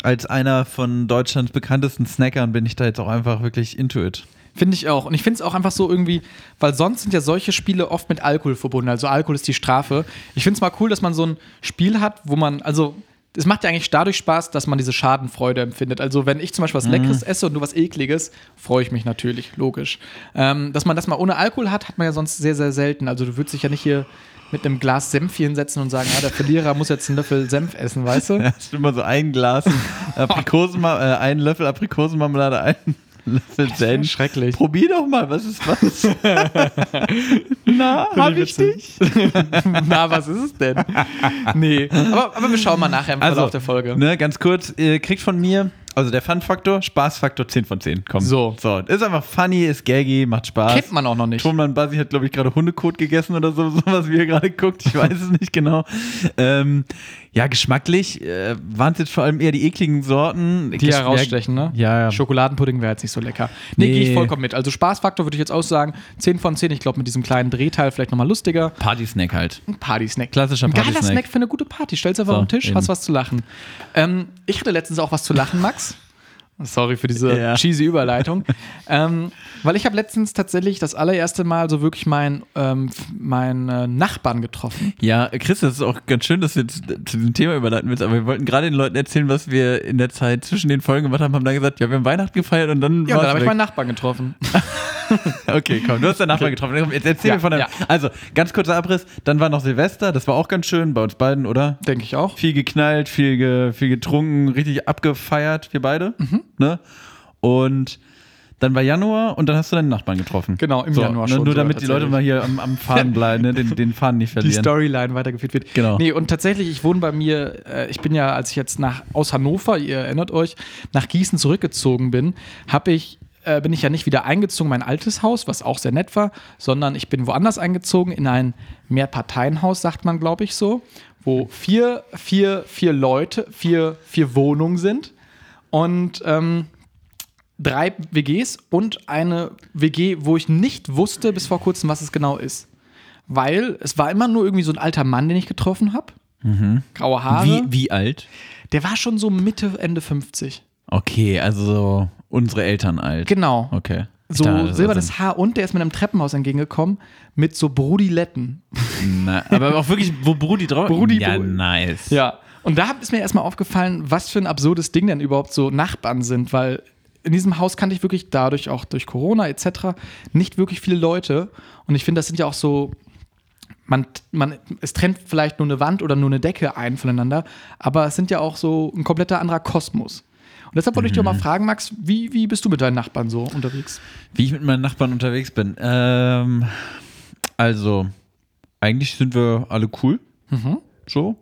[SPEAKER 2] als einer von Deutschlands bekanntesten Snackern, bin ich da jetzt auch einfach wirklich into it. [LAUGHS]
[SPEAKER 3] Finde ich auch. Und ich finde es auch einfach so irgendwie, weil sonst sind ja solche Spiele oft mit Alkohol verbunden. Also Alkohol ist die Strafe. Ich finde es mal cool, dass man so ein Spiel hat, wo man, also es macht ja eigentlich dadurch Spaß, dass man diese Schadenfreude empfindet. Also wenn ich zum Beispiel was Leckeres esse und du was Ekliges, freue ich mich natürlich, logisch. Ähm, dass man das mal ohne Alkohol hat, hat man ja sonst sehr, sehr selten. Also du würdest dich ja nicht hier mit einem Glas Senf hier hinsetzen und sagen, ah, der Verlierer muss jetzt einen Löffel Senf essen,
[SPEAKER 2] [LAUGHS]
[SPEAKER 3] weißt du?
[SPEAKER 2] Ja, stimmt mal so ein
[SPEAKER 3] [LAUGHS]
[SPEAKER 2] Glas Aprikosenmarmelade, äh, einen Löffel Aprikosenmarmelade, einen Löffel Senf.
[SPEAKER 3] Schrecklich.
[SPEAKER 2] Probier doch mal, was ist
[SPEAKER 3] [LAUGHS]
[SPEAKER 2] was? Na, hab ich dich?
[SPEAKER 3] Na, was ist es
[SPEAKER 2] Also,
[SPEAKER 3] denn? Nee. Aber, aber wir schauen mal nachher im Verlauf der Folge.
[SPEAKER 2] Ne, ganz kurz, ihr kriegt von mir Also der Fun-Faktor, Spaßfaktor 10 von 10. Komm.
[SPEAKER 3] So.
[SPEAKER 2] so. Ist einfach funny, ist gaggy, macht Spaß.
[SPEAKER 3] Kennt man auch noch nicht.
[SPEAKER 2] Thomann Basi hat, glaube ich, gerade Hundekot gegessen oder so, [LAUGHS] sowas, wie er gerade guckt. Ich weiß es nicht genau. Ähm, ja, geschmacklich äh, waren es jetzt vor allem eher die ekligen Sorten.
[SPEAKER 3] Die ja rausstechen, ne?
[SPEAKER 2] Ja, ja.
[SPEAKER 3] Schokoladenpudding wäre jetzt nicht so lecker. Nee,
[SPEAKER 2] Nee.
[SPEAKER 3] gehe ich vollkommen mit. Also Spaßfaktor würde ich jetzt auch sagen, 10 von 10. Ich glaube, mit diesem kleinen Drehteil vielleicht nochmal lustiger.
[SPEAKER 2] Party-Snack halt.
[SPEAKER 3] Ein Party-Snack.
[SPEAKER 2] Klassischer
[SPEAKER 3] Ein geiler
[SPEAKER 2] Partysnack.
[SPEAKER 3] Snack für eine gute Party. Stell's einfach
[SPEAKER 2] So,
[SPEAKER 3] auf den Tisch,
[SPEAKER 2] eben.
[SPEAKER 3] hast was zu lachen. Ähm, ich hatte letztens auch was zu lachen, Max. Sorry für diese
[SPEAKER 2] Ja.
[SPEAKER 3] cheesy Überleitung. ähm, weil ich habe letztens tatsächlich das allererste Mal so wirklich meinen ähm, f- meinen äh, Nachbarn getroffen.
[SPEAKER 2] Ja, Chris, das ist auch ganz schön, dass du jetzt zu diesem Thema überleiten willst, aber wir wollten gerade den Leuten erzählen, was wir in der Zeit zwischen den Folgen gemacht haben, haben dann gesagt, ja, wir haben Weihnachten gefeiert und dann
[SPEAKER 3] Ja, und dann
[SPEAKER 2] war's
[SPEAKER 3] habe ich
[SPEAKER 2] weg.
[SPEAKER 3] meinen Nachbarn getroffen.
[SPEAKER 2] [LAUGHS] Okay, komm, du hast deinen Nachbarn getroffen. Komm, Jetzt erzähl
[SPEAKER 3] Ja,
[SPEAKER 2] mir von deinem.
[SPEAKER 3] ja.
[SPEAKER 2] Also, ganz kurzer Abriss. Dann war noch Silvester, das war auch ganz schön bei uns beiden, oder?
[SPEAKER 3] Denke ich auch.
[SPEAKER 2] Viel geknallt, viel, ge, viel getrunken, richtig abgefeiert, wir beide.
[SPEAKER 3] Mhm.
[SPEAKER 2] Ne? Und dann war Januar und dann hast du deinen Nachbarn getroffen.
[SPEAKER 3] Genau, im Januar
[SPEAKER 2] ne?
[SPEAKER 3] schon
[SPEAKER 2] Nur
[SPEAKER 3] sogar
[SPEAKER 2] damit die Leute
[SPEAKER 3] tatsächlich.
[SPEAKER 2] mal hier am, am
[SPEAKER 3] [LAUGHS]
[SPEAKER 2] Faden bleiben, ne? den, den Faden nicht
[SPEAKER 3] die
[SPEAKER 2] verlieren.
[SPEAKER 3] Storyline weitergeführt wird.
[SPEAKER 2] Genau.
[SPEAKER 3] Nee, und tatsächlich, ich wohne bei mir, äh, ich bin ja, als ich jetzt nach, aus Hannover, ihr erinnert euch, nach Gießen zurückgezogen bin, habe ich äh, bin ich ja nicht wieder eingezogen in mein altes Haus, was auch sehr nett war, sondern ich bin woanders eingezogen in ein Mehrparteienhaus, sagt man, glaube ich so, wo vier, vier, vier Leute, vier, vier Wohnungen sind und ähm, drei WGs und eine WG, wo ich nicht wusste bis vor kurzem, was es genau ist. Weil es war immer nur irgendwie so ein alter Mann, den ich getroffen habe. Graue Haare.
[SPEAKER 2] Mhm. Wie, wie alt?
[SPEAKER 3] Der war schon so Mitte, Ende 50.
[SPEAKER 2] Okay, also so unsere Eltern alt.
[SPEAKER 3] Genau.
[SPEAKER 2] Okay. Ich
[SPEAKER 3] So
[SPEAKER 2] dachte, das
[SPEAKER 3] silbernes
[SPEAKER 2] ist
[SPEAKER 3] Haar und der ist mit einem Treppenhaus entgegengekommen mit so Brudiletten.
[SPEAKER 2] ein- [LAUGHS] Na, aber auch wirklich, wo Brudi drauf
[SPEAKER 3] Brudi-
[SPEAKER 2] Ja,
[SPEAKER 3] Brudi.
[SPEAKER 2] nice.
[SPEAKER 3] Ja. Und da ist mir erstmal aufgefallen, was für ein absurdes Ding denn überhaupt so Nachbarn sind, weil in diesem Haus kannte ich wirklich dadurch auch durch Corona etc. nicht wirklich viele Leute. Und ich finde, das sind ja auch so. Man, man, es trennt vielleicht nur eine Wand oder nur eine Decke ein voneinander, aber es sind ja auch so ein kompletter anderer Kosmos. Und deshalb wollte ich
[SPEAKER 2] Mhm.
[SPEAKER 3] dich auch mal fragen, Max, wie, wie bist du mit deinen Nachbarn so unterwegs?
[SPEAKER 2] Wie ich mit meinen Nachbarn unterwegs bin. Ähm, also, eigentlich sind wir alle cool.
[SPEAKER 3] Mhm.
[SPEAKER 2] So.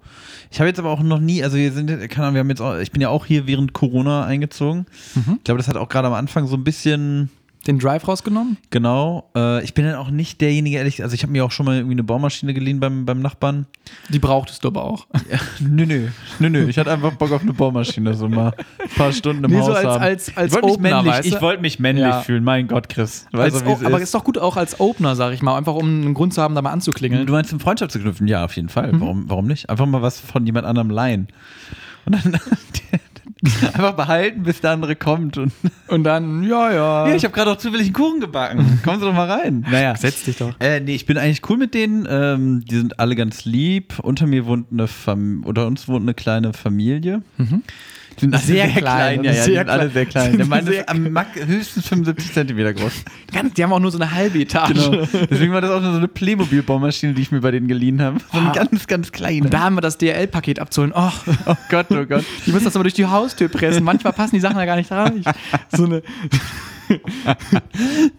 [SPEAKER 2] Ich habe jetzt aber auch noch nie, also wir sind, keine Ahnung, wir haben jetzt auch, ich bin ja auch hier während Corona eingezogen.
[SPEAKER 3] Mhm.
[SPEAKER 2] Ich glaube, das hat auch gerade am Anfang so ein bisschen
[SPEAKER 3] Den Drive rausgenommen?
[SPEAKER 2] Genau. Äh, ich bin dann auch nicht derjenige, ehrlich. Also ich habe mir auch schon mal irgendwie eine Baumaschine geliehen beim, beim Nachbarn.
[SPEAKER 3] Die brauchtest du aber auch.
[SPEAKER 2] Nö, nö. Nö, nö. Ich hatte einfach Bock auf eine Bohrmaschine, so mal ein paar Stunden im
[SPEAKER 3] Nee,
[SPEAKER 2] Haus
[SPEAKER 3] so als-
[SPEAKER 2] haben.
[SPEAKER 3] als- als
[SPEAKER 2] ich wollte mich
[SPEAKER 3] Opener,
[SPEAKER 2] männlich,
[SPEAKER 3] weißt du?
[SPEAKER 2] ich wollte mich männlich
[SPEAKER 3] Ja.
[SPEAKER 2] fühlen. Mein Gott, Chris. Du
[SPEAKER 3] Als
[SPEAKER 2] weißt doch, wie
[SPEAKER 3] O-
[SPEAKER 2] es
[SPEAKER 3] aber ist doch gut auch als Opener, sag ich mal, einfach um einen Grund zu haben, da mal anzuklingeln.
[SPEAKER 2] Du meinst, um Freundschaft zu knüpfen? Ja, auf jeden Fall.
[SPEAKER 3] Mhm.
[SPEAKER 2] Warum, warum nicht? Einfach mal was von jemand anderem leihen. Und dann [LAUGHS] einfach behalten, bis der andere kommt. Und
[SPEAKER 3] Und dann, ja, ja.
[SPEAKER 2] Ja, ich habe gerade auch zufällig einen Kuchen gebacken.
[SPEAKER 3] [LAUGHS]
[SPEAKER 2] Kommen Sie doch mal rein. Naja.
[SPEAKER 3] Setz dich doch.
[SPEAKER 2] Äh, nee, ich bin eigentlich cool mit denen. Ähm, die sind alle ganz lieb. Unter mir wohnt eine Fam unter uns wohnt eine kleine Familie. Die sind alle
[SPEAKER 3] Mhm. Sehr klein,
[SPEAKER 2] ja, ja, die
[SPEAKER 3] sehr
[SPEAKER 2] sind alle
[SPEAKER 3] klein.
[SPEAKER 2] sehr klein.
[SPEAKER 3] [LAUGHS]
[SPEAKER 2] Der Mann
[SPEAKER 3] Sehr
[SPEAKER 2] ist am Mack höchstens 75 Zentimeter
[SPEAKER 3] [LAUGHS]
[SPEAKER 2] groß.
[SPEAKER 3] Ganz, die haben auch nur so eine halbe Etage.
[SPEAKER 2] Genau. Deswegen war das auch nur so eine Playmobil-Baumaschine, die ich mir bei denen geliehen habe. So eine
[SPEAKER 3] Ah.
[SPEAKER 2] ganz, ganz kleine.
[SPEAKER 3] Und da haben wir das DRL-Paket abzuholen. Och,
[SPEAKER 2] Oh Gott, oh Gott.
[SPEAKER 3] die müssen das immer durch die Haustür pressen. Manchmal passen die Sachen da gar nicht rein. So eine, [LAUGHS]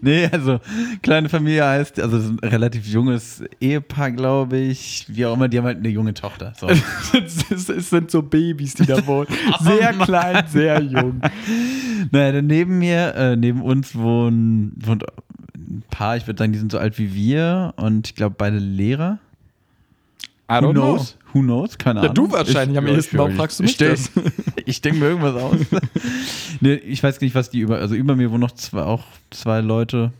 [SPEAKER 2] Nee, also kleine Familie heißt, also es ist ein relativ junges Ehepaar, glaube ich. Wie auch immer, die haben halt eine junge Tochter.
[SPEAKER 3] [LAUGHS]
[SPEAKER 2] So.
[SPEAKER 3] es, ist- es sind so Babys, die da [LAUGHS] wohnen. Sehr klein, sehr jung.
[SPEAKER 2] Naja, dann neben mir, äh, neben uns wohnen, wohnt ein paar, ich würde sagen, die sind so alt wie wir und ich glaube beide Lehrer.
[SPEAKER 3] I
[SPEAKER 2] Who knows? Who knows? Keine
[SPEAKER 3] Ja,
[SPEAKER 2] Ahnung.
[SPEAKER 3] du wahrscheinlich am
[SPEAKER 2] ja,
[SPEAKER 3] ehesten. Warum
[SPEAKER 2] ich-
[SPEAKER 3] fragst du
[SPEAKER 2] ich
[SPEAKER 3] mich
[SPEAKER 2] stell-
[SPEAKER 3] das?
[SPEAKER 2] [LAUGHS] Ich denke mir irgendwas aus. nee, ich weiß nicht, was die über, also über mir wohnen noch zwei, auch zwei Leute.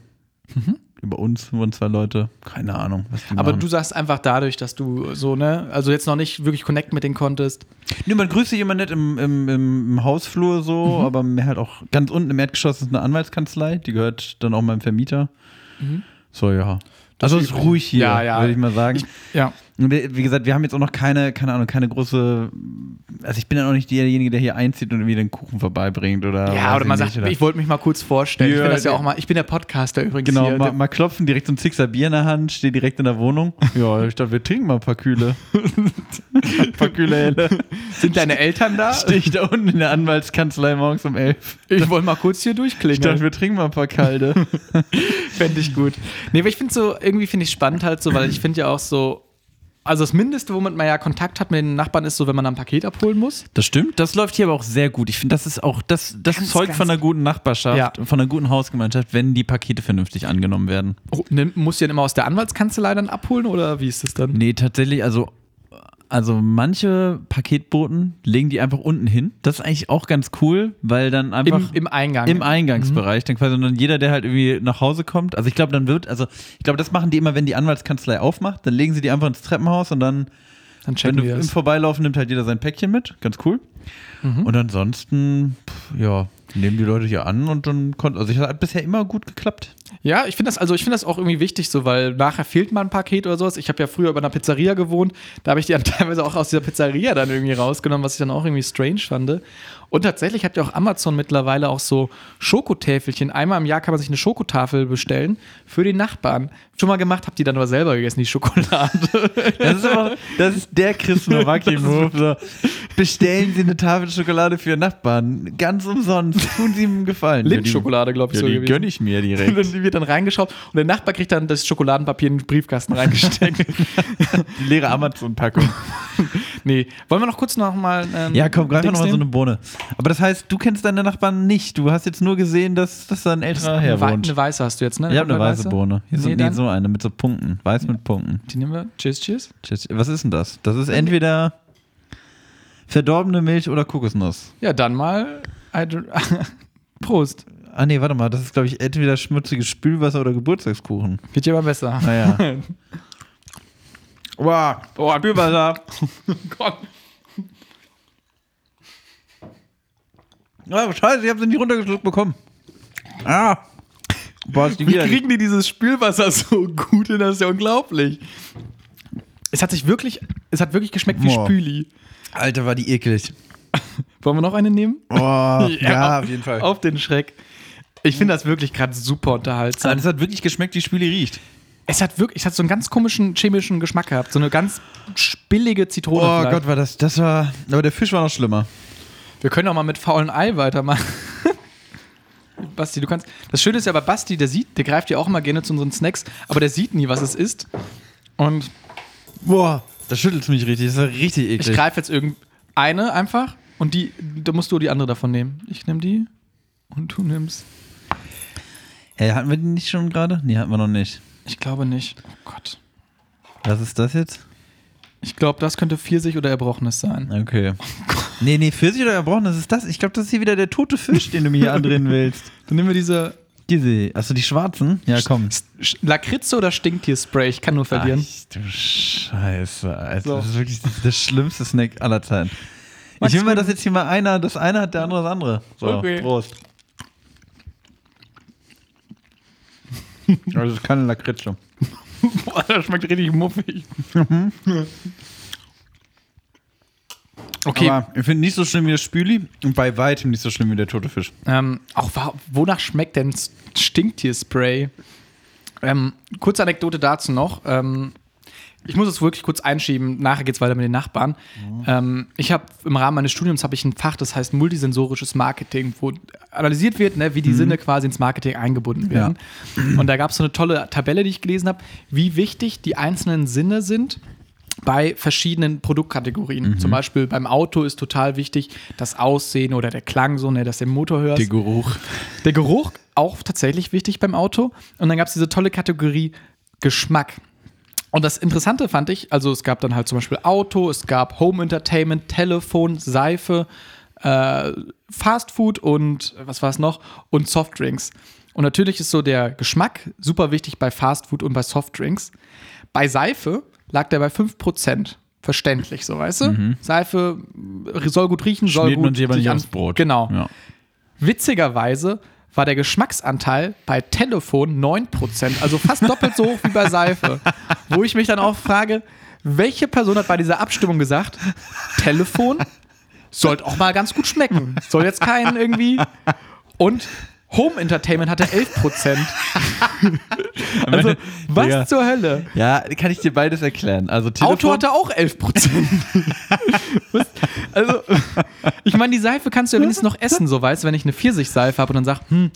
[SPEAKER 2] Über uns wohnen zwei Leute. Keine Ahnung, was die
[SPEAKER 3] [LAUGHS] Aber
[SPEAKER 2] machen.
[SPEAKER 3] du sagst einfach dadurch, dass du so, ne, also jetzt noch nicht wirklich connect mit denen konntest.
[SPEAKER 2] Nee, man grüßt sich immer nett im, im, im, im Hausflur so, aber mehr halt auch ganz unten im Erdgeschoss ist eine Anwaltskanzlei, die gehört dann auch meinem Vermieter. So, ja. Mhm. also ist ruhig hier,
[SPEAKER 3] Ja, ja.
[SPEAKER 2] würde ich mal sagen.
[SPEAKER 3] Ja.
[SPEAKER 2] Und wir, wie gesagt, wir haben jetzt auch noch keine, keine Ahnung, keine große. Also ich bin ja auch nicht derjenige, der hier einzieht und irgendwie den Kuchen vorbeibringt oder. weiß
[SPEAKER 3] Ja, oder
[SPEAKER 2] ich
[SPEAKER 3] man
[SPEAKER 2] nicht,
[SPEAKER 3] sagt, ich wollte mich mal kurz vorstellen. ich
[SPEAKER 2] Ja,
[SPEAKER 3] bin das ja
[SPEAKER 2] der-
[SPEAKER 3] auch mal, ich bin der Podcaster übrigens
[SPEAKER 2] Genau,
[SPEAKER 3] hier.
[SPEAKER 2] mal, mal klopfen, direkt so ein Sixer Bier in der Hand, stehe direkt in der Wohnung. [LAUGHS] Ja, ich dachte, wir trinken mal ein paar Kühle. ein paar Kühle, Helle.
[SPEAKER 3] Sind deine Eltern da?
[SPEAKER 2] Stehe ich da unten in der Anwaltskanzlei morgens um elf.
[SPEAKER 3] Ich wollte mal kurz hier
[SPEAKER 2] Ich dachte,
[SPEAKER 3] durchklingeln.
[SPEAKER 2] wir trinken mal ein paar kalte.
[SPEAKER 3] Fände ich gut. Nee, aber ich finde so, irgendwie finde ich spannend halt so, weil ich finde ja auch so, Also das Mindeste, womit man ja Kontakt hat mit den Nachbarn, ist so, wenn man ein Paket abholen muss.
[SPEAKER 2] Das stimmt, das läuft hier aber auch sehr gut. Ich finde, das ist auch, das, das
[SPEAKER 3] Ganz,
[SPEAKER 2] zeugt
[SPEAKER 3] ganz
[SPEAKER 2] von einer guten Nachbarschaft,
[SPEAKER 3] Ja.
[SPEAKER 2] von einer guten Hausgemeinschaft, wenn die Pakete vernünftig angenommen werden.
[SPEAKER 3] Oh, nimm- muss die dann immer aus der Anwaltskanzlei dann abholen oder wie ist das dann?
[SPEAKER 2] Nee, tatsächlich, also, also manche Paketboten legen die einfach unten hin. Das ist eigentlich auch ganz cool, weil dann einfach.
[SPEAKER 3] Im, im Eingang. Mhm.
[SPEAKER 2] Im Eingangsbereich, dann quasi, und dann jeder, der halt irgendwie nach Hause kommt, also ich glaube, dann wird, also ich glaube, das machen die immer, wenn die Anwaltskanzlei aufmacht, dann legen sie die einfach ins Treppenhaus und dann,
[SPEAKER 3] dann
[SPEAKER 2] wenn
[SPEAKER 3] checken
[SPEAKER 2] du
[SPEAKER 3] wir
[SPEAKER 2] im
[SPEAKER 3] das. Mhm.
[SPEAKER 2] Vorbeilaufen nimmt halt jeder sein Päckchen mit, ganz cool. Und ansonsten, pff, ja, nehmen die Leute hier an und dann konnte, also ich hat bisher immer gut geklappt.
[SPEAKER 3] Ja, ich finde das, also ich finde das auch irgendwie wichtig, so, weil nachher fehlt mal ein Paket oder sowas. Ich habe ja früher bei einer Pizzeria gewohnt, da habe ich die dann [LAUGHS] teilweise auch aus dieser Pizzeria dann irgendwie rausgenommen, was ich dann auch irgendwie strange fand. Und tatsächlich habt ihr auch Amazon mittlerweile auch so Schokotäfelchen. Einmal im Jahr kann man sich eine Schokotafel bestellen für den Nachbarn. Schon mal gemacht, habt die dann aber selber gegessen,
[SPEAKER 2] [LAUGHS]
[SPEAKER 3] die Schokolade.
[SPEAKER 2] Das ist, aber, das ist der Chris Nowacki-Move. So. Bestellen Sie eine Tafel Schokolade für Ihren Nachbarn, ganz umsonst, tun Sie ihm einen Gefallen.
[SPEAKER 3] Lindschokolade, glaube
[SPEAKER 2] Ja,
[SPEAKER 3] ich, so
[SPEAKER 2] die
[SPEAKER 3] gewesen.
[SPEAKER 2] gönne ich mir direkt.
[SPEAKER 3] Und die wird [LAUGHS] dann reingeschaut und der Nachbar kriegt dann das Schokoladenpapier in den
[SPEAKER 2] [LAUGHS]
[SPEAKER 3] Briefkasten reingesteckt.
[SPEAKER 2] Die leere Amazon-Packung.
[SPEAKER 3] nee, wollen wir noch kurz nochmal. Ähm,
[SPEAKER 2] Ja, komm, greif doch
[SPEAKER 3] Dings
[SPEAKER 2] nochmal so eine
[SPEAKER 3] nehmen?
[SPEAKER 2] Bohne. Aber das heißt, du kennst deine Nachbarn nicht. Du hast jetzt nur gesehen, dass, dass da ein älterer Herr
[SPEAKER 3] eine, wei-
[SPEAKER 2] wohnt.
[SPEAKER 3] eine weiße hast du jetzt, ne?
[SPEAKER 2] Ich habe eine weiße Bohne. Hier
[SPEAKER 3] Hier
[SPEAKER 2] so,
[SPEAKER 3] nee,
[SPEAKER 2] nee,
[SPEAKER 3] dann,
[SPEAKER 2] so eine mit so Punkten. Weiß mit Punkten.
[SPEAKER 3] Die nehmen wir. Cheers, cheers.
[SPEAKER 2] Tschüss. Was ist denn das? Das ist entweder verdorbene Milch oder Kokosnuss.
[SPEAKER 3] Ja, dann mal. I don't- [LAUGHS] Prost.
[SPEAKER 2] Ah, nee, warte mal. Das ist, glaube ich, entweder schmutziges Spülwasser oder Geburtstagskuchen.
[SPEAKER 3] Wird ja immer besser.
[SPEAKER 2] Naja. [LAUGHS] wow.
[SPEAKER 3] Oh, [LAUGHS]
[SPEAKER 2] Spülwasser.
[SPEAKER 3] Gott.
[SPEAKER 2] Ah, scheiße, ich habe sie nicht runtergeschluckt bekommen. Ah. Boah, ist die
[SPEAKER 3] Wie
[SPEAKER 2] wieder.
[SPEAKER 3] kriegen die dieses Spülwasser so gut hin? Das ist ja unglaublich. Es hat sich wirklich, es hat wirklich geschmeckt wie
[SPEAKER 2] Boah.
[SPEAKER 3] Spüli.
[SPEAKER 2] Alter, war die eklig.
[SPEAKER 3] Wollen wir noch eine nehmen?
[SPEAKER 2] Oh,
[SPEAKER 3] [LAUGHS]
[SPEAKER 2] ja, auf jeden Fall.
[SPEAKER 3] Auf den Schreck. Ich finde das wirklich gerade super unterhaltsam.
[SPEAKER 2] es hat wirklich geschmeckt, wie Spüli riecht.
[SPEAKER 3] Es hat wirklich, es hat so einen ganz komischen chemischen Geschmack gehabt, so eine ganz spillige Zitrone.
[SPEAKER 2] Oh
[SPEAKER 3] vielleicht.
[SPEAKER 2] Gott, war das, das war, aber der Fisch war noch schlimmer.
[SPEAKER 3] Wir können auch mal mit faulen Ei weitermachen. [LAUGHS] Basti, du kannst. Das Schöne ist ja bei Basti, der sieht, der greift ja auch immer gerne zu unseren Snacks, aber der sieht nie, was es ist. Und
[SPEAKER 2] Boah, das schüttelt mich richtig, das war richtig
[SPEAKER 3] ich
[SPEAKER 2] eklig.
[SPEAKER 3] greife jetzt irgendeine einfach und die, da musst du die andere davon nehmen. Ich nehme die und du nimmst.
[SPEAKER 2] Hey, hatten wir den nicht schon gerade? Nee, hatten wir noch nicht.
[SPEAKER 3] Ich glaube nicht. Oh Gott.
[SPEAKER 2] Was ist das jetzt?
[SPEAKER 3] Ich glaube, das könnte Pfirsich oder Erbrochenes sein.
[SPEAKER 2] Okay. Nee, nee, Pfirsich oder erbrochen, das ist das. Ich glaube, das ist hier wieder der tote Fisch, den du mir hier andrehen willst.
[SPEAKER 3] Dann nehmen wir diese
[SPEAKER 2] Diese, achso, die schwarzen? Ja, komm.
[SPEAKER 3] S- Sch- Lakritze oder Stinktierspray? Ich kann nur verlieren.
[SPEAKER 2] Ach, du Scheiße, Alter.
[SPEAKER 3] So.
[SPEAKER 2] Das ist wirklich das, das schlimmste Snack aller Zeiten.
[SPEAKER 3] Macht's
[SPEAKER 2] ich will mal,
[SPEAKER 3] gut.
[SPEAKER 2] dass jetzt hier mal einer, das eine hat, der andere das andere. So,
[SPEAKER 3] Okay.
[SPEAKER 2] Prost. Also, das ist keine Lakritze.
[SPEAKER 3] [LAUGHS] Boah, das schmeckt richtig muffig. okay,
[SPEAKER 2] Aber ich finde nicht so schlimm wie das Spüli und bei weitem nicht so schlimm wie der tote Fisch.
[SPEAKER 3] ähm, auch wa- wonach schmeckt denn S- Stinktierspray? Ähm, kurze Anekdote dazu noch. Ähm, ich muss es wirklich kurz einschieben. Nachher geht's weiter mit den Nachbarn. Ähm, ich habe im Rahmen meines Studiums habe ich ein Fach, das heißt multisensorisches Marketing, wo analysiert wird, ne, wie die Sinne quasi ins Marketing eingebunden werden. Und da gab es so eine tolle Tabelle, die ich gelesen habe, wie wichtig die einzelnen Sinne sind bei verschiedenen Produktkategorien. Zum Beispiel beim Auto ist total wichtig das Aussehen oder der Klang, so, ne, dass du den Motor hörst.
[SPEAKER 2] Geruch.
[SPEAKER 3] Der Geruch auch tatsächlich wichtig beim Auto. Und dann gab es diese tolle Kategorie Geschmack. Und das Interessante fand ich, also es gab dann halt zum Beispiel Auto, es gab Home Entertainment, Telefon, Seife, äh, Fast Food und äh, was war es noch? Und Softdrinks. Und natürlich ist so der Geschmack super wichtig bei Fast Food und bei Softdrinks. Bei Seife lag der bei 5%. Verständlich, so weißt du? Seife mh, soll gut riechen, soll
[SPEAKER 2] Mhm. Schmiert
[SPEAKER 3] gut
[SPEAKER 2] man sich aber
[SPEAKER 3] sich
[SPEAKER 2] nicht
[SPEAKER 3] an-
[SPEAKER 2] aufs Brot.
[SPEAKER 3] Genau.
[SPEAKER 2] Ja.
[SPEAKER 3] Witzigerweise war der Geschmacksanteil bei Telefon 9%, also fast doppelt so hoch wie bei Seife. Wo ich mich dann auch frage, welche Person hat bei dieser Abstimmung gesagt, Telefon sollte auch mal ganz gut schmecken. Soll jetzt keinen irgendwie. Und Home Entertainment hatte 11%.
[SPEAKER 2] [LAUGHS]
[SPEAKER 3] Also, was
[SPEAKER 2] Digga.
[SPEAKER 3] zur Hölle?
[SPEAKER 2] Ja, kann ich dir beides erklären. Also Telefon,
[SPEAKER 3] Auto hatte auch 11 [LAUGHS] Prozent. also, ich meine, die Seife kannst du ja wenigstens noch essen, so weißt du, wenn ich eine Pfirsich-Seife habe und dann sag, hm,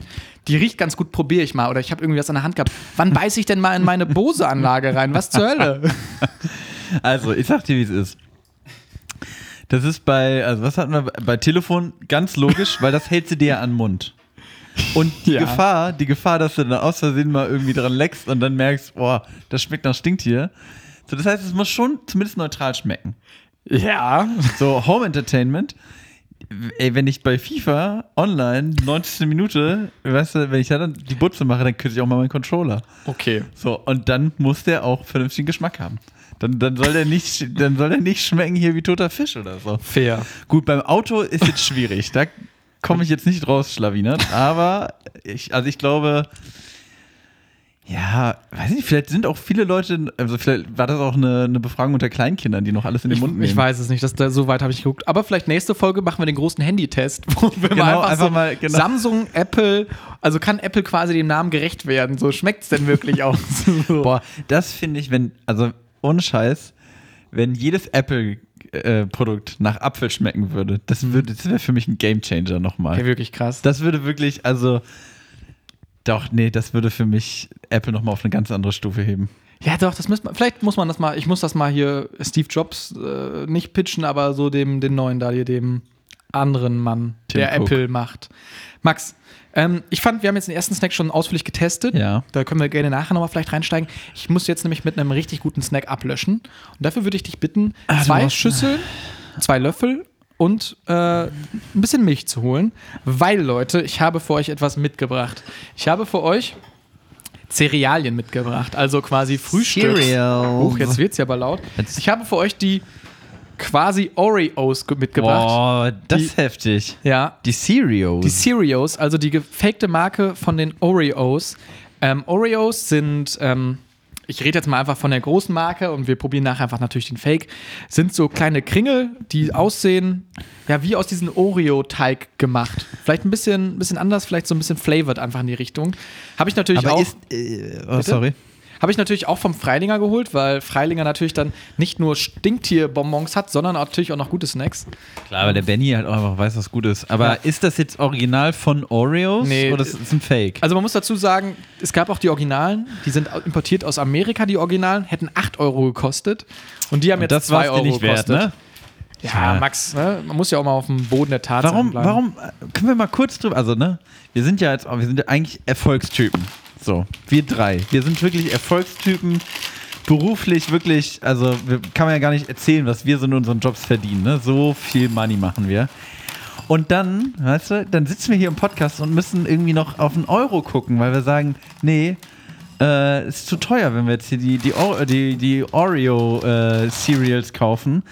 [SPEAKER 3] die riecht ganz gut, probiere ich mal. Oder ich habe irgendwie was an der Hand gehabt. Wann beiß ich denn mal in meine Bose-Anlage rein? Was zur Hölle?
[SPEAKER 2] Also, ich sag dir, wie es ist. Das ist bei, also was hatten wir bei Telefon ganz logisch, weil das hältst du dir ja an den Mund. Und die
[SPEAKER 3] Ja.
[SPEAKER 2] Gefahr, die Gefahr, dass du dann aus Versehen mal irgendwie dran leckst und dann merkst, boah, das schmeckt nach Stinktier. So, das heißt, es muss schon zumindest neutral schmecken.
[SPEAKER 3] Ja.
[SPEAKER 2] So, Home Entertainment. Ey, wenn ich bei FIFA online 90. Minute, weißt du, wenn ich da dann die Butze mache, dann küsse ich auch mal meinen Controller.
[SPEAKER 3] Okay.
[SPEAKER 2] So, und dann muss der auch vernünftigen Geschmack haben. Dann, dann, soll der nicht, dann soll der nicht schmecken hier wie toter Fisch oder so.
[SPEAKER 3] Fair.
[SPEAKER 2] Gut, beim Auto ist jetzt schwierig. Da komme ich jetzt nicht raus, Schlawinert. Aber ich, also ich glaube, ja, weiß nicht, vielleicht sind auch viele Leute, also vielleicht war das auch eine, eine Befragung unter Kleinkindern, die noch alles in den
[SPEAKER 3] Ich,
[SPEAKER 2] Mund nehmen.
[SPEAKER 3] ich weiß es nicht, das, da, so weit habe ich geguckt. Aber vielleicht nächste Folge machen wir den großen Handy-Test, wo wir
[SPEAKER 2] Genau, einfach mal- genau.
[SPEAKER 3] Samsung, Apple, also kann Apple quasi dem Namen gerecht werden. So schmeckt es denn wirklich aus.
[SPEAKER 2] [LAUGHS]
[SPEAKER 3] So.
[SPEAKER 2] Boah, das finde ich, wenn, also ohne Scheiß, wenn jedes Apple-Produkt nach Apfel schmecken würde, das, würde, das wäre für mich ein Gamechanger nochmal.
[SPEAKER 3] Ja, wirklich krass.
[SPEAKER 2] Das würde wirklich, also. Doch, nee, das würde für mich Apple nochmal auf eine ganz andere Stufe heben.
[SPEAKER 3] Ja, doch, das müsste man. Vielleicht muss man das mal, ich muss das mal hier Steve Jobs äh, nicht pitchen, aber so dem, den neuen da hier, dem anderen Mann,
[SPEAKER 2] Tim
[SPEAKER 3] der
[SPEAKER 2] Cook.
[SPEAKER 3] Apple macht. Max, ähm, ich fand, wir haben jetzt den ersten Snack schon ausführlich getestet.
[SPEAKER 2] Ja.
[SPEAKER 3] Da können wir gerne nachher nochmal vielleicht reinsteigen. Ich muss jetzt nämlich mit einem richtig guten Snack ablöschen. Und dafür würde ich dich bitten,
[SPEAKER 2] Ah, du
[SPEAKER 3] zwei
[SPEAKER 2] brauchst-
[SPEAKER 3] Schüsseln, zwei Löffel und äh, ein bisschen Milch zu holen. Weil, Leute, ich habe für euch etwas mitgebracht. Ich habe für euch Cerealien mitgebracht, also quasi Frühstück.
[SPEAKER 2] Cereals.
[SPEAKER 3] Hoch, jetzt wird's ja aber laut.
[SPEAKER 2] Jetzt-
[SPEAKER 3] Ich habe für euch die quasi Oreos ge- mitgebracht.
[SPEAKER 2] Boah, das
[SPEAKER 3] Die-
[SPEAKER 2] ist heftig.
[SPEAKER 3] Ja,
[SPEAKER 2] Die Cereos.
[SPEAKER 3] die Cereos, also die gefakte Marke von den Oreos. Ähm, Oreos sind, ähm, ich rede jetzt mal einfach von der großen Marke und wir probieren nachher einfach natürlich den Fake, sind so kleine Kringel, die aussehen, ja, wie aus diesem Oreo-Teig gemacht. Vielleicht ein bisschen, bisschen anders, vielleicht so ein bisschen flavored einfach in die Richtung. Habe ich natürlich
[SPEAKER 2] aber
[SPEAKER 3] auch.
[SPEAKER 2] ist, äh, oh, sorry.
[SPEAKER 3] Habe ich natürlich auch vom Freilinger geholt, weil Freilinger natürlich dann nicht nur Stinktierbonbons hat, sondern natürlich auch noch gute Snacks.
[SPEAKER 2] Klar, aber der Benny halt auch einfach weiß, was gut ist. Aber
[SPEAKER 3] Ja.
[SPEAKER 2] ist das jetzt original von Oreos
[SPEAKER 3] Nee,
[SPEAKER 2] oder ist
[SPEAKER 3] äh,
[SPEAKER 2] es ein Fake?
[SPEAKER 3] Also man muss dazu sagen, es gab auch die Originalen, die sind importiert aus Amerika, die Originalen, hätten 8 Euro gekostet und die haben
[SPEAKER 2] Und
[SPEAKER 3] jetzt 2
[SPEAKER 2] war's dir ne?
[SPEAKER 3] Euro gekostet. Ja,
[SPEAKER 2] Ja.
[SPEAKER 3] Max, ne? man muss ja auch mal auf dem Boden der Tatsachen
[SPEAKER 2] Warum,
[SPEAKER 3] bleiben.
[SPEAKER 2] warum, äh, können wir mal kurz drüber, also ne, wir sind ja jetzt, auch- wir sind ja eigentlich Erfolgstypen. So, wir drei. Wir sind wirklich Erfolgstypen, beruflich wirklich, also wir, kann man ja gar nicht erzählen, was wir so in unseren Jobs verdienen, ne? So viel Money machen wir. Und dann, weißt du, dann sitzen wir hier im Podcast und müssen irgendwie noch auf einen Euro gucken, weil wir sagen, nee, äh, ist zu teuer, wenn wir jetzt hier die, die, O- die, die Oreo-Cereals kaufen.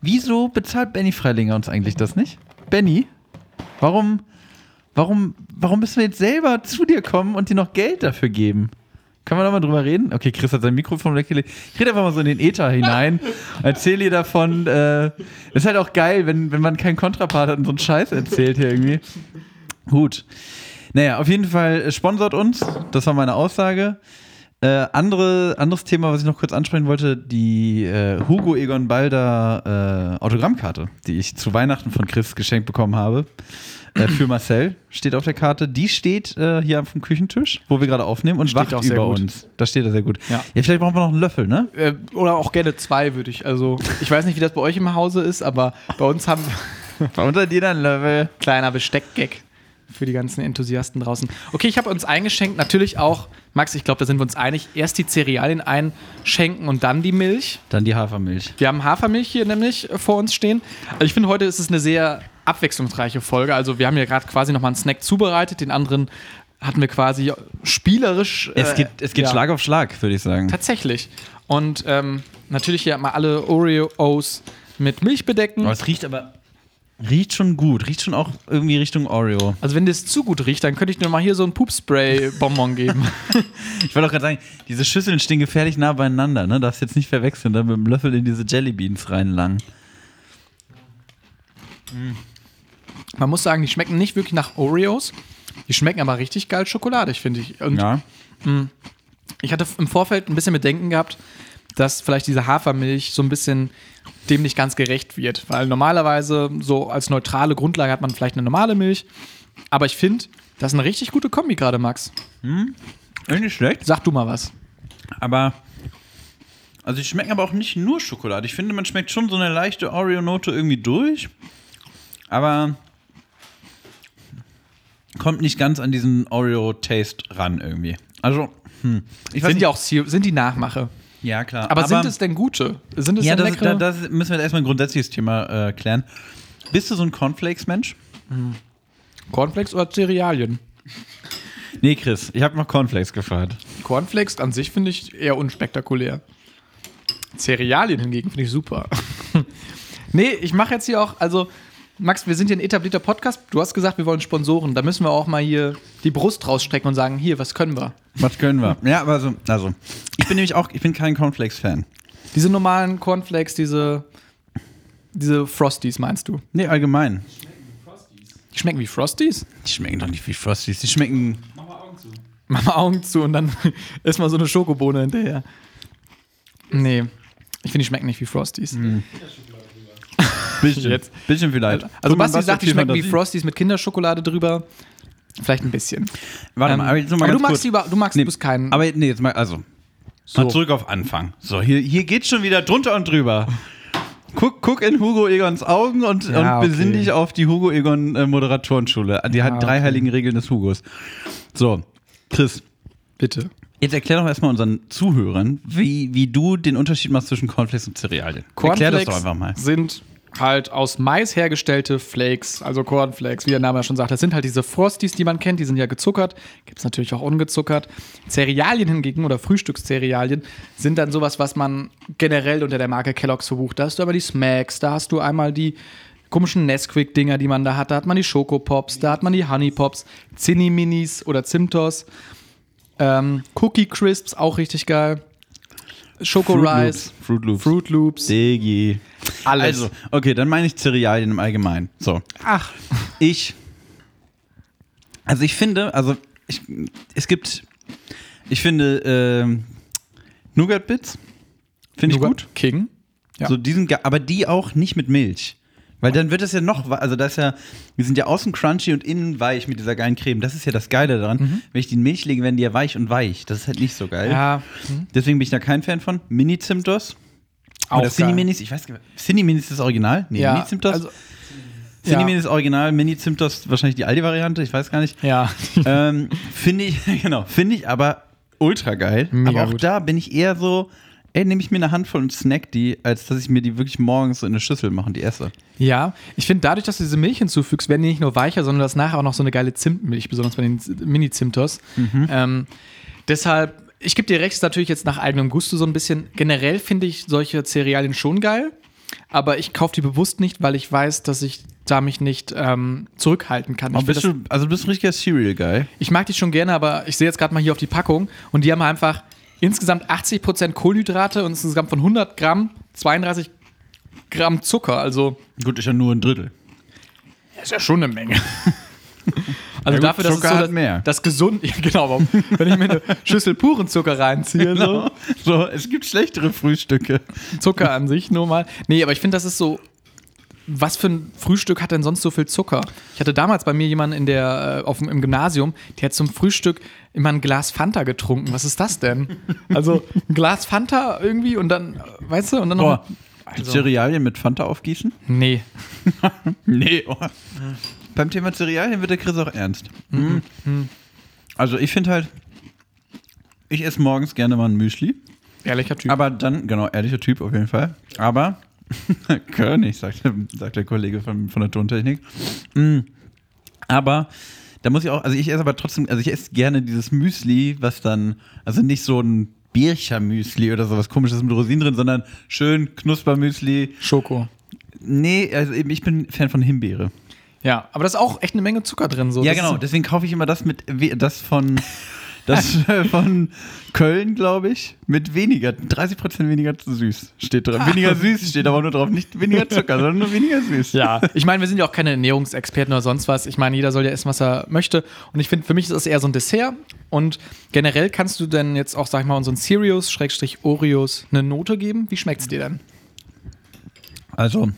[SPEAKER 2] Wieso bezahlt Benny Freilinger uns eigentlich das nicht? Benny, warum, warum, warum müssen wir jetzt selber zu dir kommen und dir noch Geld dafür geben? Können wir da mal drüber reden? Okay, Chris hat sein Mikrofon weggelegt. Ich rede einfach mal so in den Äther hinein. Erzähl ihr davon. Äh, ist halt auch geil, wenn, wenn man keinen Kontrapart hat und so einen Scheiß erzählt hier irgendwie. Gut. Naja, auf jeden Fall äh, sponsort uns. Das war meine Aussage. Äh, andere, anderes Thema, was ich noch kurz ansprechen wollte, die äh, Hugo Egon Balder äh, Autogrammkarte, die ich zu Weihnachten von Chris geschenkt bekommen habe. Äh, [CLEARS THROAT] für Marcel steht auf der Karte. Die steht äh, hier am Küchentisch, wo wir gerade aufnehmen und wacht
[SPEAKER 3] auch sehr
[SPEAKER 2] über
[SPEAKER 3] gut.
[SPEAKER 2] uns. Da steht er sehr gut.
[SPEAKER 3] Ja.
[SPEAKER 2] vielleicht brauchen wir noch einen Löffel, ne?
[SPEAKER 3] Äh, Oder auch gerne zwei würde ich. Also ich weiß nicht, wie das bei euch im Hause ist, aber bei uns
[SPEAKER 2] [LAUGHS]
[SPEAKER 3] haben
[SPEAKER 2] Bei uns hat jeder einen Löffel.
[SPEAKER 3] Kleiner Besteckgag für die ganzen Enthusiasten draußen. Okay, ich habe uns eingeschenkt, natürlich auch, Max, ich glaube, da sind wir uns einig, erst die Cerealien einschenken und dann die Milch.
[SPEAKER 2] Dann die Hafermilch.
[SPEAKER 3] Wir haben Hafermilch hier nämlich vor uns stehen. Also ich finde, heute ist es eine sehr abwechslungsreiche Folge. Also wir haben hier gerade quasi nochmal einen Snack zubereitet, den anderen hatten wir quasi spielerisch.
[SPEAKER 2] Es
[SPEAKER 3] äh,
[SPEAKER 2] geht, es geht
[SPEAKER 3] ja.
[SPEAKER 2] Schlag auf Schlag, würde ich sagen.
[SPEAKER 3] Tatsächlich. Und ähm, natürlich hier mal alle Oreos mit Milch bedecken.
[SPEAKER 2] Aber es riecht aber. Riecht schon gut. Riecht schon auch irgendwie Richtung Oreo.
[SPEAKER 3] Also wenn das zu gut riecht, dann könnte ich nur mal hier so ein Poopspray-Bonbon geben.
[SPEAKER 2] [LAUGHS] Ich wollte auch gerade sagen, diese Schüsseln stehen gefährlich nah beieinander. Ne? Darfst jetzt nicht verwechseln, dann mit dem Löffel in diese Jellybeans reinlangen.
[SPEAKER 3] Man muss sagen, die schmecken nicht wirklich nach Oreos. Die schmecken aber richtig geil schokoladig, finde ich. Und
[SPEAKER 2] Ja.
[SPEAKER 3] ich hatte im Vorfeld ein bisschen Bedenken gehabt, dass vielleicht diese Hafermilch so ein bisschen dem nicht ganz gerecht wird. Weil normalerweise so als neutrale Grundlage hat man vielleicht eine normale Milch. Aber ich finde, das ist eine richtig gute Kombi gerade, Max.
[SPEAKER 2] Äh, Irgendwie schlecht.
[SPEAKER 3] Sag du mal was.
[SPEAKER 2] Aber Also die schmecken aber auch nicht nur Schokolade. Ich finde, man schmeckt schon so eine leichte Oreo-Note irgendwie durch. Aber kommt nicht ganz an diesen Oreo-Taste ran irgendwie. Also, hm. Ich
[SPEAKER 3] Sind ja auch Sir- sind die Nachmache.
[SPEAKER 2] Ja, klar.
[SPEAKER 3] Aber, sind es denn gute? Sind es
[SPEAKER 2] ja,
[SPEAKER 3] denn
[SPEAKER 2] das,
[SPEAKER 3] leckere?
[SPEAKER 2] da, das müssen wir jetzt erstmal ein grundsätzliches Thema äh, klären. Bist du so ein Cornflakes-Mensch?
[SPEAKER 3] Cornflakes oder Cerealien?
[SPEAKER 2] Nee, Chris, ich habe noch Cornflakes gefragt.
[SPEAKER 3] Cornflakes an sich finde ich eher unspektakulär. Cerealien hingegen finde ich super. [LAUGHS] nee, ich mache jetzt hier auch, also Max, wir sind hier ein etablierter Podcast. Du hast gesagt, wir wollen Sponsoren. Da müssen wir auch mal hier die Brust rausstrecken und sagen, hier, was können wir?
[SPEAKER 2] Was können wir? ja, aber so, also, ich bin nämlich auch, ich bin kein Cornflakes-Fan.
[SPEAKER 3] Diese normalen Cornflakes, diese, diese Frosties, meinst du?
[SPEAKER 2] Nee, allgemein.
[SPEAKER 3] Die schmecken wie Frosties?
[SPEAKER 2] Die schmecken doch nicht wie Frosties. Die schmecken.
[SPEAKER 3] Mach mal Augen zu und dann [LAUGHS] ist mal so eine Schokobohne hinterher. Nee, ich finde, die schmecken nicht wie Frosties.
[SPEAKER 2] Mhm. Bisschen,
[SPEAKER 3] Jetzt.
[SPEAKER 2] bisschen vielleicht.
[SPEAKER 3] Also
[SPEAKER 2] Guck mal,
[SPEAKER 3] Basti sagt, die
[SPEAKER 2] viel
[SPEAKER 3] schmecken wie
[SPEAKER 2] Fantasie.
[SPEAKER 3] Frosties mit Kinderschokolade drüber. Vielleicht ein bisschen.
[SPEAKER 2] Warte mal, Ähm, aber, jetzt noch mal
[SPEAKER 3] aber du
[SPEAKER 2] ganz
[SPEAKER 3] magst
[SPEAKER 2] kurz.
[SPEAKER 3] die über- du magst-
[SPEAKER 2] nee,
[SPEAKER 3] du bist kein-
[SPEAKER 2] Aber nee, jetzt mal, also. Mal zurück auf Anfang. So, hier, hier geht's schon wieder drunter und drüber. Guck, guck in Hugo Egons Augen und,
[SPEAKER 3] Ja,
[SPEAKER 2] und besinn
[SPEAKER 3] okay.
[SPEAKER 2] dich auf die Hugo Egon äh, Moderatorenschule. Die
[SPEAKER 3] Ja,
[SPEAKER 2] hat drei
[SPEAKER 3] okay.
[SPEAKER 2] heiligen Regeln des Hugos. So, Chris,
[SPEAKER 3] Bitte.
[SPEAKER 2] jetzt erklär doch erstmal unseren Zuhörern, wie, wie du den Unterschied machst zwischen Cornflakes und Cerealien. erklär das doch einfach mal.
[SPEAKER 3] sind halt aus Mais hergestellte Flakes, also Cornflakes, wie der Name ja schon sagt. Das sind halt diese Frosties, die man kennt, die sind ja gezuckert. Gibt es natürlich auch ungezuckert. Cerealien hingegen oder Frühstückscerealien sind dann sowas, was man generell unter der Marke Kellogg's verbucht. Da hast du aber die Smacks, da hast du einmal die komischen Nesquik-Dinger, die man da hat. Da hat man die Schokopops, da hat man die Honeypops, Zinni-Minis oder Zimtos. Ähm, Cookie Crisps, auch richtig geil. Schoko Rice,
[SPEAKER 2] Fruit Loops. Fruit Loops.
[SPEAKER 3] Fruit Loops.
[SPEAKER 2] Digi.
[SPEAKER 3] Alles.
[SPEAKER 2] Also, okay, dann meine ich Cerealien im Allgemeinen. So.
[SPEAKER 3] Ach,
[SPEAKER 2] Ich. Also ich finde, also ich, es gibt. Ich finde ähm, Nougat Bits finde ich gut.
[SPEAKER 3] King. Ja.
[SPEAKER 2] So diesen, ga- aber die auch nicht mit Milch. Weil dann wird es ja noch, wa- also das ist ja, wir sind ja außen crunchy und innen weich mit dieser geilen Creme. Das ist ja das Geile daran. Wenn ich die in Milch lege, werden die ja weich und weich. Das ist halt nicht so geil.
[SPEAKER 3] Mhm. Ja,
[SPEAKER 2] Deswegen bin ich da kein Fan von. Mini-Zimtos.
[SPEAKER 3] auch
[SPEAKER 2] Oder Cinni-Minis, ich weiß gar nicht. Cinni-Minis ist das Original? Nee,
[SPEAKER 3] Ja,
[SPEAKER 2] Mini-Zimtos.
[SPEAKER 3] also-
[SPEAKER 2] Cinni-Minis ist Original, Mini-Zimtos wahrscheinlich die Aldi-Variante, ich weiß gar nicht.
[SPEAKER 3] Ja.
[SPEAKER 2] ähm, finde ich, [LAUGHS] genau, finde ich aber ultra geil.
[SPEAKER 3] Mega
[SPEAKER 2] aber auch
[SPEAKER 3] gut.
[SPEAKER 2] da bin ich eher so, ey, nehme ich mir eine Handvoll und snack die, als dass ich mir die wirklich morgens so in eine Schüssel mache und die esse.
[SPEAKER 3] Ja, ich finde, dadurch, dass du diese Milch hinzufügst, werden die nicht nur weicher, sondern das nachher auch noch so eine geile Zimtmilch, besonders bei den Z- Mini-Zimtos. Ähm, deshalb, ich gebe dir recht, ist natürlich jetzt nach eigenem Gusto so ein bisschen. Generell finde ich solche Cerealien schon geil, aber ich kaufe die bewusst nicht, weil ich weiß, dass ich da mich nicht ähm, zurückhalten kann. Ich
[SPEAKER 2] Aber
[SPEAKER 3] will
[SPEAKER 2] bist
[SPEAKER 3] das-
[SPEAKER 2] du, also du bist ein richtiger Cereal-Guy.
[SPEAKER 3] Ich mag die schon gerne, aber ich sehe jetzt gerade mal hier auf die Packung und die haben einfach insgesamt 80% Kohlenhydrate und insgesamt von 100 Gramm 32 Gramm Zucker. Also
[SPEAKER 2] Gut, ist ja nur ein Drittel.
[SPEAKER 3] das ist ja schon eine Menge. [LAUGHS] Also
[SPEAKER 2] Ja gut,
[SPEAKER 3] dafür, dass
[SPEAKER 2] Zucker
[SPEAKER 3] es so
[SPEAKER 2] hat
[SPEAKER 3] das,
[SPEAKER 2] mehr.
[SPEAKER 3] das gesund, [LAUGHS] ja, genau, warum? wenn ich mir eine Schüssel puren
[SPEAKER 2] [LAUGHS]
[SPEAKER 3] Zucker reinziehe, ne,
[SPEAKER 2] So, so, es gibt schlechtere Frühstücke.
[SPEAKER 3] so Zucker an sich nur mal. Nee, aber ich finde, das ist so was für ein Frühstück hat denn sonst so viel Zucker? Ich hatte damals bei mir jemanden in der, äh, auf, dem- im Gymnasium, der hat zum Frühstück immer ein Glas Fanta getrunken. Was ist das denn? Also ein Glas Fanta irgendwie und dann, äh, weißt du, und dann
[SPEAKER 2] Boah,
[SPEAKER 3] Also-
[SPEAKER 2] Oh, Cerealien mit Fanta aufgießen?
[SPEAKER 3] Nee.
[SPEAKER 2] Nee. Oh. Beim Thema Cerealien wird der Chris auch ernst. Mhm. Also ich finde halt, ich esse morgens gerne mal ein Müsli.
[SPEAKER 3] Ehrlicher Typ.
[SPEAKER 2] Aber dann, genau, ehrlicher Typ auf jeden Fall. Aber [LAUGHS] König, sagt, sagt der Kollege von, von der Tontechnik. Mm. Aber da muss ich auch, also ich esse aber trotzdem, also ich esse gerne dieses Müsli, was dann, also nicht so ein Bircher-Müsli oder sowas komisches mit Rosinen drin, sondern schön Knuspermüsli.
[SPEAKER 3] Schoko.
[SPEAKER 2] Nee, also eben, ich bin Fan von Himbeere.
[SPEAKER 3] Ja, aber da ist auch echt eine Menge Zucker drin. So.
[SPEAKER 2] Ja,
[SPEAKER 3] Das
[SPEAKER 2] genau.
[SPEAKER 3] Ist,
[SPEAKER 2] Deswegen kaufe ich immer das mit we- das von
[SPEAKER 3] [LAUGHS]
[SPEAKER 2] das äh, von Köln, glaube ich, mit weniger 30 weniger zu süß steht drin. Weniger süß steht aber nur drauf, nicht weniger Zucker, sondern nur weniger [LAUGHS] süß.
[SPEAKER 3] ja, ich meine, wir sind ja auch keine Ernährungsexperten oder sonst was. Ich meine, jeder soll ja essen, was er möchte. Und ich finde, für mich ist das eher so ein Dessert. Und generell kannst du denn jetzt auch, sag ich mal, unseren Cereos, Schrägstrich Oreos, eine Note geben? Wie schmeckt's dir denn?
[SPEAKER 2] Also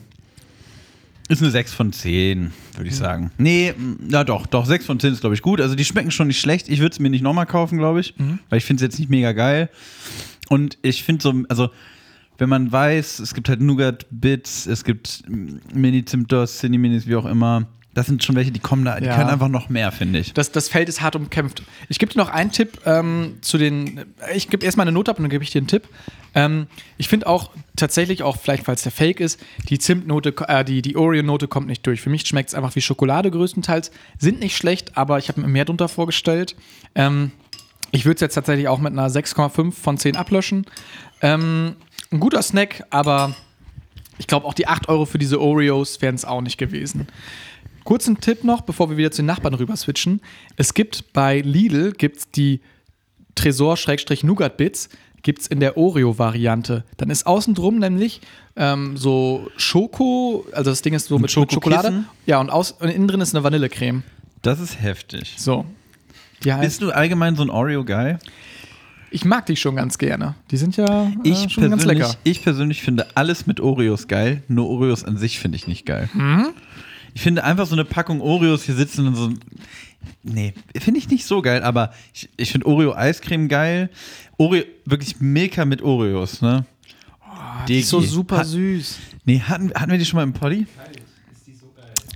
[SPEAKER 2] ist eine 6 von 10, würde ich
[SPEAKER 3] Mhm.
[SPEAKER 2] sagen. Nee, m, na doch, doch 6 von 10 ist glaube ich gut. Also die schmecken schon nicht schlecht. Ich würde
[SPEAKER 3] Mhm.
[SPEAKER 2] es mir nicht nochmal kaufen, glaube ich, weil ich finde es jetzt nicht mega geil. Und ich finde so also wenn man weiß, es gibt halt Nougat-Bits, es gibt Mini-Zimtos, Cinni-Minis, wie auch immer. Das sind schon welche, die kommen da, die
[SPEAKER 3] Ja.
[SPEAKER 2] können einfach noch mehr, finde ich.
[SPEAKER 3] Das, das Feld ist hart umkämpft. Ich gebe dir noch einen Tipp ähm, zu den. Ich gebe erstmal eine Note ab und dann gebe ich dir einen Tipp. Ähm, ich finde auch tatsächlich, auch vielleicht, falls der Fake ist, die Zimtnote, äh, die, die Oreo-Note kommt nicht durch. Für mich schmeckt es einfach wie Schokolade größtenteils. Sind nicht schlecht, aber ich habe mir mehr drunter vorgestellt. Ähm, ich würde es jetzt tatsächlich auch mit einer 6,5 von 10 ablöschen. Ähm, ein guter Snack, aber ich glaube auch die 8 Euro für diese Oreos wären es auch nicht gewesen. Kurzen Tipp noch, bevor wir wieder zu den Nachbarn rüber switchen. Es gibt bei Lidl gibt's die Tresor-Nougat-Bits gibt es in der Oreo-Variante. Dann ist außen drum nämlich ähm, so Schoko, also das Ding ist so mit, mit Schokolade.
[SPEAKER 2] Schokokissen?
[SPEAKER 3] Ja, und, aus, und innen drin ist eine Vanillecreme.
[SPEAKER 2] Das ist heftig.
[SPEAKER 3] So. Die heißt,
[SPEAKER 2] Bist du allgemein so ein Oreo-Guy?
[SPEAKER 3] ich mag die schon ganz gerne. Die sind ja äh,
[SPEAKER 2] Ich,
[SPEAKER 3] schon ganz
[SPEAKER 2] persönlich-
[SPEAKER 3] lecker.
[SPEAKER 2] ich persönlich finde alles mit Oreos geil, nur Oreos an sich finde ich nicht geil.
[SPEAKER 3] Mhm.
[SPEAKER 2] Ich finde einfach so eine Packung Oreos hier sitzen und so. Nee, finde ich nicht so geil, aber ich, ich finde Oreo-Eiscreme geil. Oreo, wirklich Milka mit Oreos, ne?
[SPEAKER 3] Oh, Die ist so
[SPEAKER 2] Digi.
[SPEAKER 3] super
[SPEAKER 2] Hat-
[SPEAKER 3] süß.
[SPEAKER 2] Nee, hatten, hatten wir die schon mal im Poddy?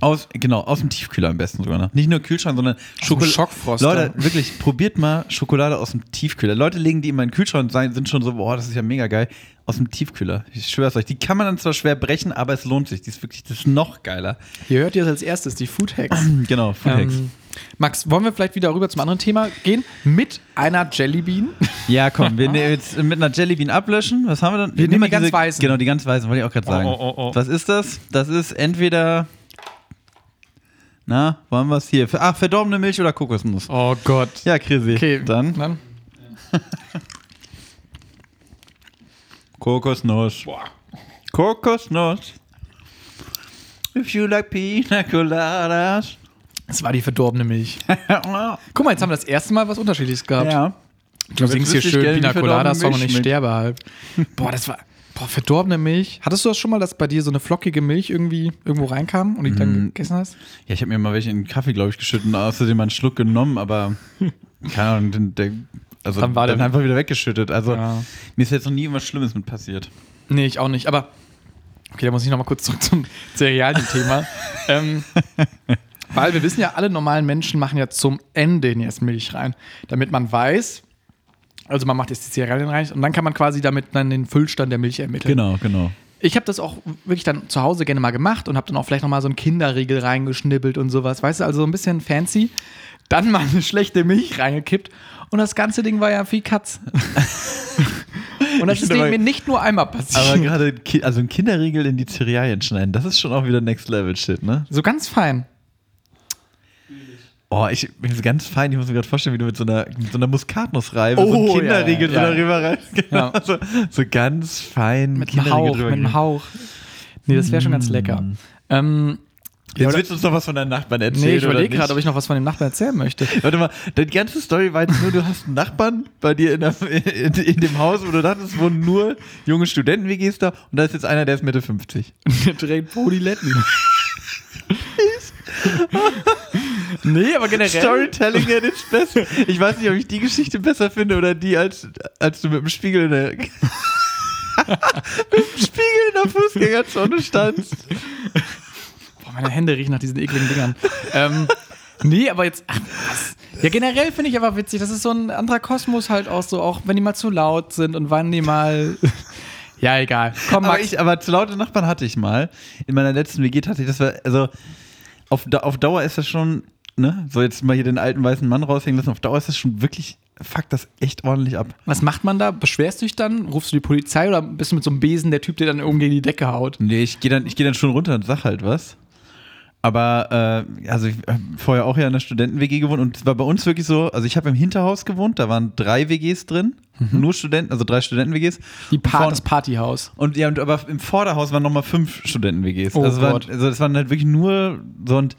[SPEAKER 2] Aus, genau, aus dem Tiefkühler am besten sogar noch. Nicht nur Kühlschrank, sondern Schokolade.
[SPEAKER 3] Schockfroster.
[SPEAKER 2] Leute, wirklich, probiert mal Schokolade aus dem Tiefkühler. Leute legen die immer in den Kühlschrank und sein- sind schon so, boah, das ist ja mega geil. Aus dem Tiefkühler. Ich schwör's euch. Die kann man dann zwar schwer brechen, aber es lohnt sich. Die ist wirklich, das ist noch geiler.
[SPEAKER 3] Hier hört ihr es als erstes, die Food Hacks.
[SPEAKER 2] Genau, Foodhacks.
[SPEAKER 3] Ähm, Max, wollen wir vielleicht wieder rüber zum anderen Thema gehen? Mit einer Jellybean.
[SPEAKER 2] Ja, komm, wir nehmen jetzt mit einer Jellybean ablöschen. Was haben wir dann? Wir,
[SPEAKER 3] nehmen die
[SPEAKER 2] mal
[SPEAKER 3] ganz weißen.
[SPEAKER 2] Genau, die ganz weißen, wollte ich auch gerade sagen.
[SPEAKER 3] Oh, oh, oh, oh.
[SPEAKER 2] Was ist das? Das ist entweder. Na, wo haben wir es hier? Ach, verdorbene Milch oder Kokosnuss.
[SPEAKER 3] Oh Gott.
[SPEAKER 2] Ja, Chrissy.
[SPEAKER 3] Okay,
[SPEAKER 2] Dann
[SPEAKER 3] dann.
[SPEAKER 2] Kokosnuss. Kokosnuss. If you like Pina Coladas.
[SPEAKER 3] Es war die verdorbene Milch. [LAUGHS] Guck mal, jetzt haben wir das erste Mal was Unterschiedliches gehabt.
[SPEAKER 2] ja.
[SPEAKER 3] Du singst hier
[SPEAKER 2] wüsste ich
[SPEAKER 3] schön
[SPEAKER 2] gerne die
[SPEAKER 3] Pina Colada,
[SPEAKER 2] verdorbene
[SPEAKER 3] Song und
[SPEAKER 2] Milch
[SPEAKER 3] ich
[SPEAKER 2] mit. [LAUGHS]
[SPEAKER 3] sterbe halb. Boah, das war. Boah, verdorbene Milch. Hattest du das schon mal, dass bei dir so eine flockige Milch irgendwie irgendwo reinkam und die
[SPEAKER 2] Mm.
[SPEAKER 3] dann gegessen hast?
[SPEAKER 2] Ja, ich habe mir mal welche in den Kaffee, glaube ich, geschüttet und außerdem mal einen Schluck genommen, aber keine Ahnung, den, der, also
[SPEAKER 3] Dann
[SPEAKER 2] dann,
[SPEAKER 3] war der-
[SPEAKER 2] einfach wieder weggeschüttet. Also
[SPEAKER 3] Ja.
[SPEAKER 2] mir ist jetzt noch nie irgendwas Schlimmes mit passiert.
[SPEAKER 3] Nee, ich auch nicht. Aber okay, da muss ich nochmal kurz zurück zum
[SPEAKER 2] [LAUGHS]
[SPEAKER 3] Cerealien-Thema. ähm, weil wir wissen ja, alle normalen Menschen machen ja zum Ende hin erst Milch rein, damit man weiß, also man macht jetzt die Cerealien rein und dann kann man quasi damit dann den Füllstand der Milch ermitteln.
[SPEAKER 2] Genau, genau.
[SPEAKER 3] Ich habe das auch wirklich dann zu Hause gerne mal gemacht und habe dann auch vielleicht nochmal so einen Kinderriegel reingeschnibbelt und sowas. Weißt du, also so ein bisschen fancy. Dann mal eine schlechte Milch reingekippt und das ganze Ding war ja
[SPEAKER 2] [LAUGHS]
[SPEAKER 3] wie Katz. und das
[SPEAKER 2] Ich
[SPEAKER 3] ist
[SPEAKER 2] bin aber-
[SPEAKER 3] mir nicht nur einmal passiert.
[SPEAKER 2] Aber gerade Ki- also ein Kinderriegel in die Cerealien schneiden, das ist schon auch wieder Next Level Shit, ne?
[SPEAKER 3] So ganz fein.
[SPEAKER 2] Oh, ich bin so ganz fein, ich muss mir gerade vorstellen, wie du mit so einer, mit so einer Muskatnuss reibst, so
[SPEAKER 3] Oh,
[SPEAKER 2] einen
[SPEAKER 3] ja,
[SPEAKER 2] Kinderriegel
[SPEAKER 3] ja, ja.
[SPEAKER 2] so darüber reibst. [LAUGHS] Genau,
[SPEAKER 3] Ja.
[SPEAKER 2] so, so ganz fein
[SPEAKER 3] Mit einem Hauch, mit einem Hauch. Nee, das wäre schon ganz lecker. Ähm, Ja,
[SPEAKER 2] Mm. Jetzt
[SPEAKER 3] oder-
[SPEAKER 2] willst du uns noch was von deinen Nachbarn erzählen.
[SPEAKER 3] nee, ich
[SPEAKER 2] oder
[SPEAKER 3] überlege
[SPEAKER 2] nicht?
[SPEAKER 3] gerade, ob ich noch was von dem Nachbarn
[SPEAKER 2] [LAUGHS]
[SPEAKER 3] erzählen möchte.
[SPEAKER 2] Warte mal, deine ganze Story war jetzt nur, du hast einen Nachbarn bei dir in, der, in, in dem Haus, wo du dachtest, wohnen nur junge Studenten-WGs da und da ist jetzt einer, der ist Mitte 50.
[SPEAKER 3] Wir drehen Podiletten. [LAUGHS] nee, aber generell.
[SPEAKER 2] Storytelling at its best. Ich weiß nicht, ob ich die Geschichte besser finde oder die, als, als du mit dem Spiegel in der... [LAUGHS] mit dem Spiegel in der Fußgängerzone standst.
[SPEAKER 3] Boah, meine Hände riechen nach diesen ekligen Dingern. ähm, nee, aber jetzt. Ach, was? Ja, generell finde ich aber witzig. Das ist so ein anderer Kosmos halt auch so, auch wenn die mal zu laut sind und wann die mal. [LAUGHS] ja, egal. Komm,
[SPEAKER 2] Aber,
[SPEAKER 3] Max.
[SPEAKER 2] ich, aber zu laute Nachbarn hatte ich mal. In meiner letzten WG hatte ich das war, also auf, Da- auf Dauer ist das schon, ne, so jetzt mal hier den alten weißen Mann raushängen lassen, auf Dauer ist das schon wirklich, fuck das echt ordentlich ab.
[SPEAKER 3] was macht man da? Beschwerst du dich dann? Rufst du die Polizei oder bist du mit so einem Besen der Typ, der dann irgendwie gegen die Decke haut?
[SPEAKER 2] Nee, ich gehe dann, ich geh dann schon runter und sag halt was. Aber, äh, also ich hab vorher auch ja in der Studenten-WG gewohnt und es war bei uns wirklich so, also ich habe im Hinterhaus gewohnt, da waren drei WGs drin, nur Studenten, also drei Studenten-WGs.
[SPEAKER 3] Die
[SPEAKER 2] Und
[SPEAKER 3] pa
[SPEAKER 2] vorne-
[SPEAKER 3] das Partyhaus.
[SPEAKER 2] Und ja, und aber im Vorderhaus waren nochmal fünf Studenten-WGs.
[SPEAKER 3] Oh
[SPEAKER 2] also, es waren-
[SPEAKER 3] Gott.
[SPEAKER 2] also das waren halt wirklich nur so und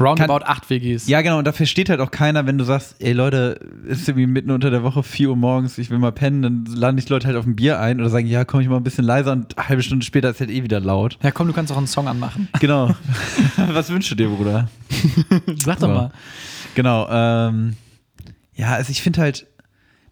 [SPEAKER 3] Roundabout 8 WGs.
[SPEAKER 2] Ja, genau, und da versteht halt auch keiner, wenn du sagst, ey Leute, es ist irgendwie mitten unter der Woche, 4 Uhr morgens, ich will mal pennen, dann lade ich Leute halt auf ein Bier ein oder sagen, ja, komm ich mal ein bisschen leiser und eine halbe Stunde später ist halt eh wieder laut.
[SPEAKER 3] Ja, komm, du kannst auch einen Song anmachen.
[SPEAKER 2] [LAUGHS] Genau. [LAUGHS] Was wünschst du dir, Bruder?
[SPEAKER 3] Sag doch
[SPEAKER 2] Ja.
[SPEAKER 3] mal.
[SPEAKER 2] Genau, ähm, ja, also ich finde halt,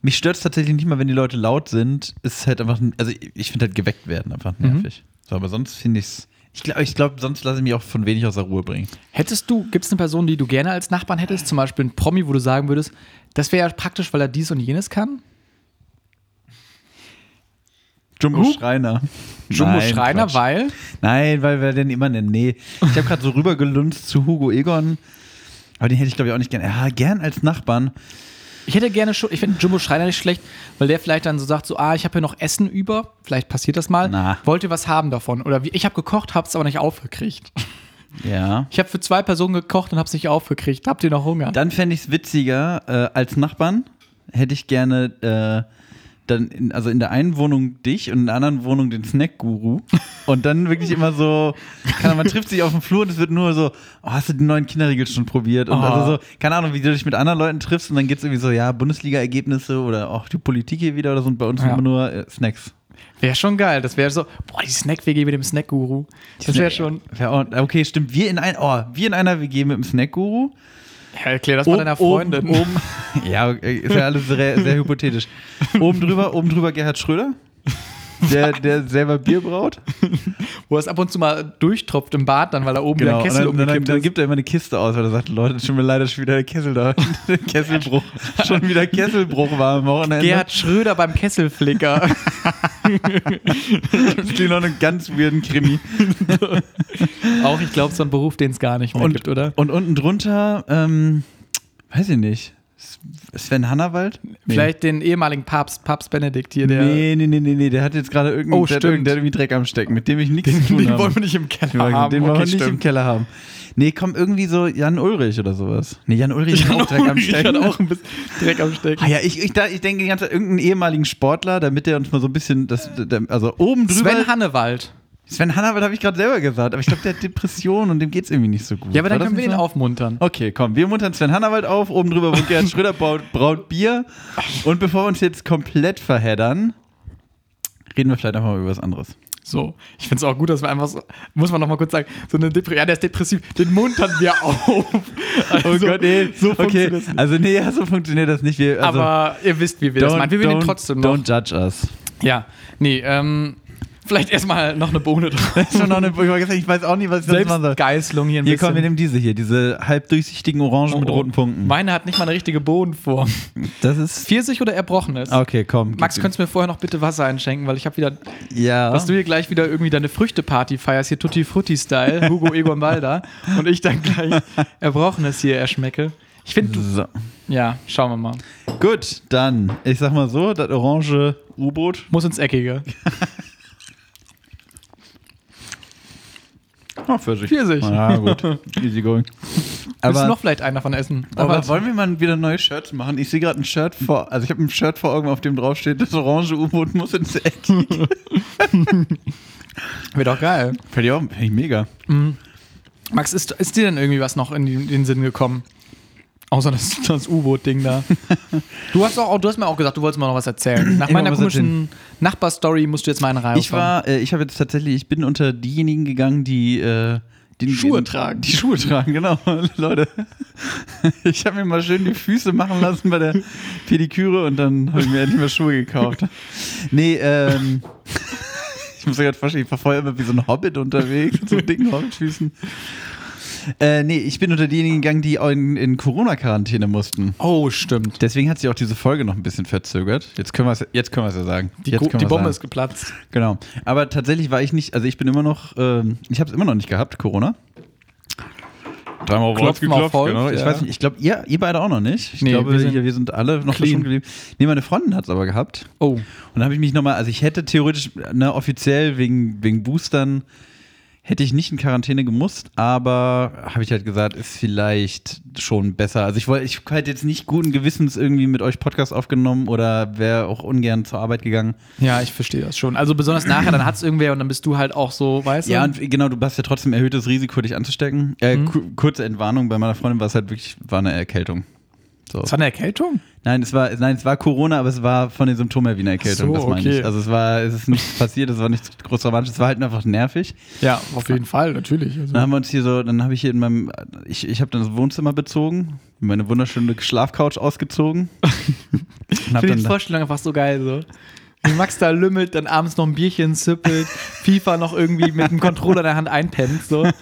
[SPEAKER 2] Mich stört es tatsächlich nicht mal, wenn die Leute laut sind. Es ist halt einfach, also ich finde halt geweckt werden einfach nervig. So, aber sonst finde ich's, ich glaube, ich glaub, sonst lasse ich mich auch von wenig aus der Ruhe bringen.
[SPEAKER 3] Hättest du, gibt es eine Person, die du gerne als Nachbarn hättest, zum Beispiel ein Promi, wo du sagen würdest, das wäre ja praktisch, weil er dies und jenes kann?
[SPEAKER 2] Jumbo
[SPEAKER 3] Huh?
[SPEAKER 2] Schreiner.
[SPEAKER 3] Jumbo
[SPEAKER 2] Nein,
[SPEAKER 3] Schreiner,
[SPEAKER 2] Quatsch.
[SPEAKER 3] weil.
[SPEAKER 2] Nein, weil wir den immer nennen. Nee. Ich habe gerade so rübergelunzt zu Hugo Egon. Aber den hätte ich, glaube ich, auch nicht gern. Ja, gern als Nachbarn.
[SPEAKER 3] Ich hätte gerne schon, ich finde Jumbo Schreiner nicht schlecht, weil der vielleicht dann so sagt, so, ah, ich habe hier noch Essen über, vielleicht passiert das mal.
[SPEAKER 2] Na.
[SPEAKER 3] Wollt ihr was haben davon? Oder wie, ich habe gekocht, hab's aber nicht aufgekriegt.
[SPEAKER 2] Ja.
[SPEAKER 3] Ich habe für zwei Personen gekocht und hab's nicht aufgekriegt. Habt ihr noch Hunger?
[SPEAKER 2] Dann fände ich es witziger, äh, als Nachbarn hätte ich gerne äh, dann, in, also in der einen Wohnung dich und in der anderen Wohnung den Snack-Guru. Und dann wirklich immer so, keine Ahnung, man trifft sich auf dem Flur und es wird nur so, oh, hast du die neuen Kinderriegel schon probiert? Und
[SPEAKER 3] Oh.
[SPEAKER 2] also so, keine Ahnung, wie du dich mit anderen Leuten triffst und dann geht es irgendwie so, ja, Bundesliga-Ergebnisse oder auch die Politik hier wieder oder so und bei uns
[SPEAKER 3] Ja.
[SPEAKER 2] immer nur äh, Snacks.
[SPEAKER 3] Wäre schon geil. Das wäre so, boah, die Snack-WG mit dem Snack-Guru. Das wäre schon.
[SPEAKER 2] Wär auch- Okay, stimmt. Wir in, ein, oh, wir in einer WG mit dem Snack-Guru.
[SPEAKER 3] Ja, erklär das mal deiner Freundin.
[SPEAKER 2] Oben, oben, [LAUGHS] ja, okay, ist ja alles sehr, sehr hypothetisch. Oben drüber, oben drüber Gerhard Schröder, der, der selber Bier braut.
[SPEAKER 3] Wo er es ab und zu mal durchtropft im Bad, dann, weil er oben
[SPEAKER 2] Genau.
[SPEAKER 3] der
[SPEAKER 2] Und
[SPEAKER 3] Kessel
[SPEAKER 2] dann, dann, dann,
[SPEAKER 3] umgekippt
[SPEAKER 2] dann
[SPEAKER 3] ist.
[SPEAKER 2] gibt er immer eine Kiste aus, weil er sagt, Leute, schon mir leider schon wieder der Kessel da. Kesselbruch.
[SPEAKER 3] [LAUGHS]
[SPEAKER 2] Schon wieder Kesselbruch war am Wochenende.
[SPEAKER 3] Gerhard Schröder beim Kesselflicker.
[SPEAKER 2] [LAUGHS] spielt noch einen ganz weirden Krimi.
[SPEAKER 3] Auch, ich glaube, so ein Beruf, den es gar nicht mehr
[SPEAKER 2] Und,
[SPEAKER 3] gibt, oder?
[SPEAKER 2] und unten drunter, ähm, weiß ich nicht, Sven Hannawald? Nee.
[SPEAKER 3] Vielleicht den ehemaligen Papst, Papst Benedikt hier, der.
[SPEAKER 2] nee, nee, nee, nee, nee, der hat jetzt gerade irgendeinen,
[SPEAKER 3] Oh,
[SPEAKER 2] der hat
[SPEAKER 3] stimmt.
[SPEAKER 2] irgendeinen, der hat irgendwie Dreck am Stecken, mit dem ich nichts zu tun habe.
[SPEAKER 3] wir nicht
[SPEAKER 2] Den,
[SPEAKER 3] im Keller
[SPEAKER 2] wollen- den wollen wir nicht im
[SPEAKER 3] Keller.
[SPEAKER 2] Keller haben. Nee, komm, irgendwie so Jan Ulrich oder sowas. Nee, Jan Ulrich hat auch Dreck am Stecken. [LAUGHS]
[SPEAKER 3] ein bisschen Dreck am Stecken.
[SPEAKER 2] Ah ja, ich, ich, da, ich denke die ganze Zeit irgendeinen ehemaligen Sportler, damit der uns mal so ein bisschen, das, der, also oben drüber.
[SPEAKER 3] Sven Hannewald.
[SPEAKER 2] Sven Hannawald habe ich gerade selber gesagt, aber ich glaube, der hat Depressionen und dem geht es irgendwie nicht so gut.
[SPEAKER 3] Ja, aber dann
[SPEAKER 2] War das
[SPEAKER 3] können wir
[SPEAKER 2] nicht
[SPEAKER 3] ihn
[SPEAKER 2] so?
[SPEAKER 3] aufmuntern.
[SPEAKER 2] Okay, komm, wir muntern Sven Hannawald auf, oben drüber wohnt Gerhard Schröder, braut, braut Bier. Und bevor wir uns jetzt komplett verheddern, reden wir vielleicht einfach mal über was anderes.
[SPEAKER 3] So. Ich finde es auch gut, dass wir einfach so, muss man nochmal kurz sagen, so eine Depression. Ja, der ist depressiv, den muntern wir [LAUGHS] auf. Also,
[SPEAKER 2] oh Gott, nee,
[SPEAKER 3] so
[SPEAKER 2] okay.
[SPEAKER 3] funktioniert das.
[SPEAKER 2] Also, nee, so funktioniert das nicht. Wir, also,
[SPEAKER 3] aber ihr wisst, wie wir das
[SPEAKER 2] Don't-
[SPEAKER 3] meinen. Wir werden ihn
[SPEAKER 2] don't-
[SPEAKER 3] trotzdem noch.
[SPEAKER 2] Don't judge us.
[SPEAKER 3] Ja, nee, ähm, vielleicht erstmal noch eine
[SPEAKER 2] [LAUGHS]
[SPEAKER 3] Bohne drauf.
[SPEAKER 2] Schon noch eine, ich wollte sagen, ich weiß auch nicht, was ich sonst machen soll.
[SPEAKER 3] Selbstgeißelung hier ein
[SPEAKER 2] Hier
[SPEAKER 3] bisschen.
[SPEAKER 2] kommen wir nehmen diese hier, diese halb durchsichtigen Orangen mit
[SPEAKER 3] Oh, oh.
[SPEAKER 2] roten Punkten.
[SPEAKER 3] Meine hat nicht mal eine richtige Bohnenform.
[SPEAKER 2] Das ist.
[SPEAKER 3] Pfirsich oder Erbrochenes?
[SPEAKER 2] Okay, komm.
[SPEAKER 3] Max,
[SPEAKER 2] gib-
[SPEAKER 3] könntest du mir vorher noch bitte Wasser einschenken, weil ich habe wieder,
[SPEAKER 2] Ja.
[SPEAKER 3] dass du hier gleich wieder irgendwie deine Früchteparty feierst, hier Tutti Frutti Style, [LAUGHS] Hugo Egon Balda und ich dann gleich Erbrochenes hier erschmecke. Ich finde, du,
[SPEAKER 2] so.
[SPEAKER 3] ja, schauen wir mal.
[SPEAKER 2] Gut, dann. Ich sag mal so: das orange U-Boot.
[SPEAKER 3] Muss ins Eckige.
[SPEAKER 2] Oh, Pfirsich.
[SPEAKER 3] Pfirsich.
[SPEAKER 2] Ja, gut. [LAUGHS] Easy going.
[SPEAKER 3] Willst du
[SPEAKER 2] Aber,
[SPEAKER 3] noch vielleicht einen davon essen?
[SPEAKER 2] aber wollen wir mal wieder neue Shirts machen? Ich sehe gerade ein Shirt vor. Also, ich habe ein Shirt vor Augen, auf dem draufsteht: das orange U-Boot muss ins Eck. Finde
[SPEAKER 3] wäre doch geil.
[SPEAKER 2] ich auch find ich mega.
[SPEAKER 3] Max, ist, ist dir denn irgendwie was noch in den, den Sinn gekommen? Außer das, das U-Boot-Ding da. [LAUGHS] Du hast, auch, du hast mir auch gesagt, du wolltest mal noch was [CLEARS THROAT] erzählen. Nach
[SPEAKER 2] Ich
[SPEAKER 3] meiner
[SPEAKER 2] noch was
[SPEAKER 3] komischen Nachbarstory musst du jetzt mal einen Reihe
[SPEAKER 2] Ich war, äh, ich habe jetzt tatsächlich, ich bin unter diejenigen gegangen, die äh, die
[SPEAKER 3] Schuhe
[SPEAKER 2] die-
[SPEAKER 3] tragen.
[SPEAKER 2] Die Schuhe tragen, genau, [LAUGHS] Leute. Ich habe mir mal schön die Füße machen lassen bei der Pediküre und dann habe ich mir endlich mal Schuhe gekauft. Nee, ähm. [LAUGHS] Ich muss ja gerade vorstellen, ich war vorher immer wie so ein Hobbit unterwegs,
[SPEAKER 3] [LAUGHS]
[SPEAKER 2] mit so dicken Hobbitfüßen. Äh, nee, ich bin unter diejenigen gegangen, die auch in, in Corona-Quarantäne mussten.
[SPEAKER 3] Oh, stimmt.
[SPEAKER 2] Deswegen hat sich auch diese Folge noch ein bisschen verzögert. Jetzt können wir es jetzt können wir's ja sagen.
[SPEAKER 3] Die,
[SPEAKER 2] jetzt
[SPEAKER 3] Ko-
[SPEAKER 2] können
[SPEAKER 3] die
[SPEAKER 2] wir's
[SPEAKER 3] Bombe
[SPEAKER 2] sagen.
[SPEAKER 3] ist geplatzt.
[SPEAKER 2] Genau. Aber tatsächlich war ich nicht, also ich bin immer noch, ähm, ich habe es immer noch nicht gehabt, Corona. Dreimal auf
[SPEAKER 3] Klopfen auf Holz,
[SPEAKER 2] genau. Ich
[SPEAKER 3] ja.
[SPEAKER 2] weiß nicht, ich glaube, ihr, ihr beide auch noch nicht. Ich
[SPEAKER 3] Nee,
[SPEAKER 2] glaube,
[SPEAKER 3] wir
[SPEAKER 2] wir
[SPEAKER 3] sind
[SPEAKER 2] sind, wir sind alle noch
[SPEAKER 3] clean.
[SPEAKER 2] verschont geblieben. Nee, meine Freundin hat es aber gehabt.
[SPEAKER 3] Oh.
[SPEAKER 2] Und dann habe ich mich nochmal, also ich hätte theoretisch, ne, offiziell wegen, wegen Boostern, hätte ich nicht in Quarantäne gemusst, aber habe ich halt gesagt, ist vielleicht schon besser. Also ich wollte, ich hätte jetzt nicht guten Gewissens irgendwie mit euch Podcast aufgenommen oder wäre auch ungern zur Arbeit gegangen.
[SPEAKER 3] Ja, ich verstehe das schon. Also besonders nachher, dann hat es irgendwer und dann bist du halt auch so, Mhm. weißt
[SPEAKER 2] Ja,
[SPEAKER 3] du?
[SPEAKER 2] und genau, du hast ja trotzdem erhöhtes Risiko, dich anzustecken. Äh, ku- Kurze Entwarnung, bei meiner Freundin war es halt wirklich, war eine Erkältung. so.
[SPEAKER 3] Ist das eine Erkältung?
[SPEAKER 2] Nein, es war, nein, es war Corona, aber es war von den Symptomen her wie eine Erkältung,
[SPEAKER 3] Ach so,
[SPEAKER 2] das meine
[SPEAKER 3] okay.
[SPEAKER 2] ich. Also es war, es ist
[SPEAKER 3] [LAUGHS]
[SPEAKER 2] nichts passiert, es war nichts groß dramatisches, es war halt einfach nervig.
[SPEAKER 3] Ja, auf jeden Fall, natürlich. Also-
[SPEAKER 2] Dann haben wir uns hier so, dann habe ich hier in meinem, ich, ich habe dann das Wohnzimmer bezogen, meine wunderschöne Schlafcouch
[SPEAKER 3] [LAUGHS]
[SPEAKER 2] ausgezogen. und
[SPEAKER 3] Ich
[SPEAKER 2] hab
[SPEAKER 3] finde die
[SPEAKER 2] dann-
[SPEAKER 3] Vorstellung einfach so geil so. Wie Max da lümmelt, dann abends noch ein Bierchen zippelt, FIFA noch irgendwie mit dem Controller in der Hand einpennt. So. Ja,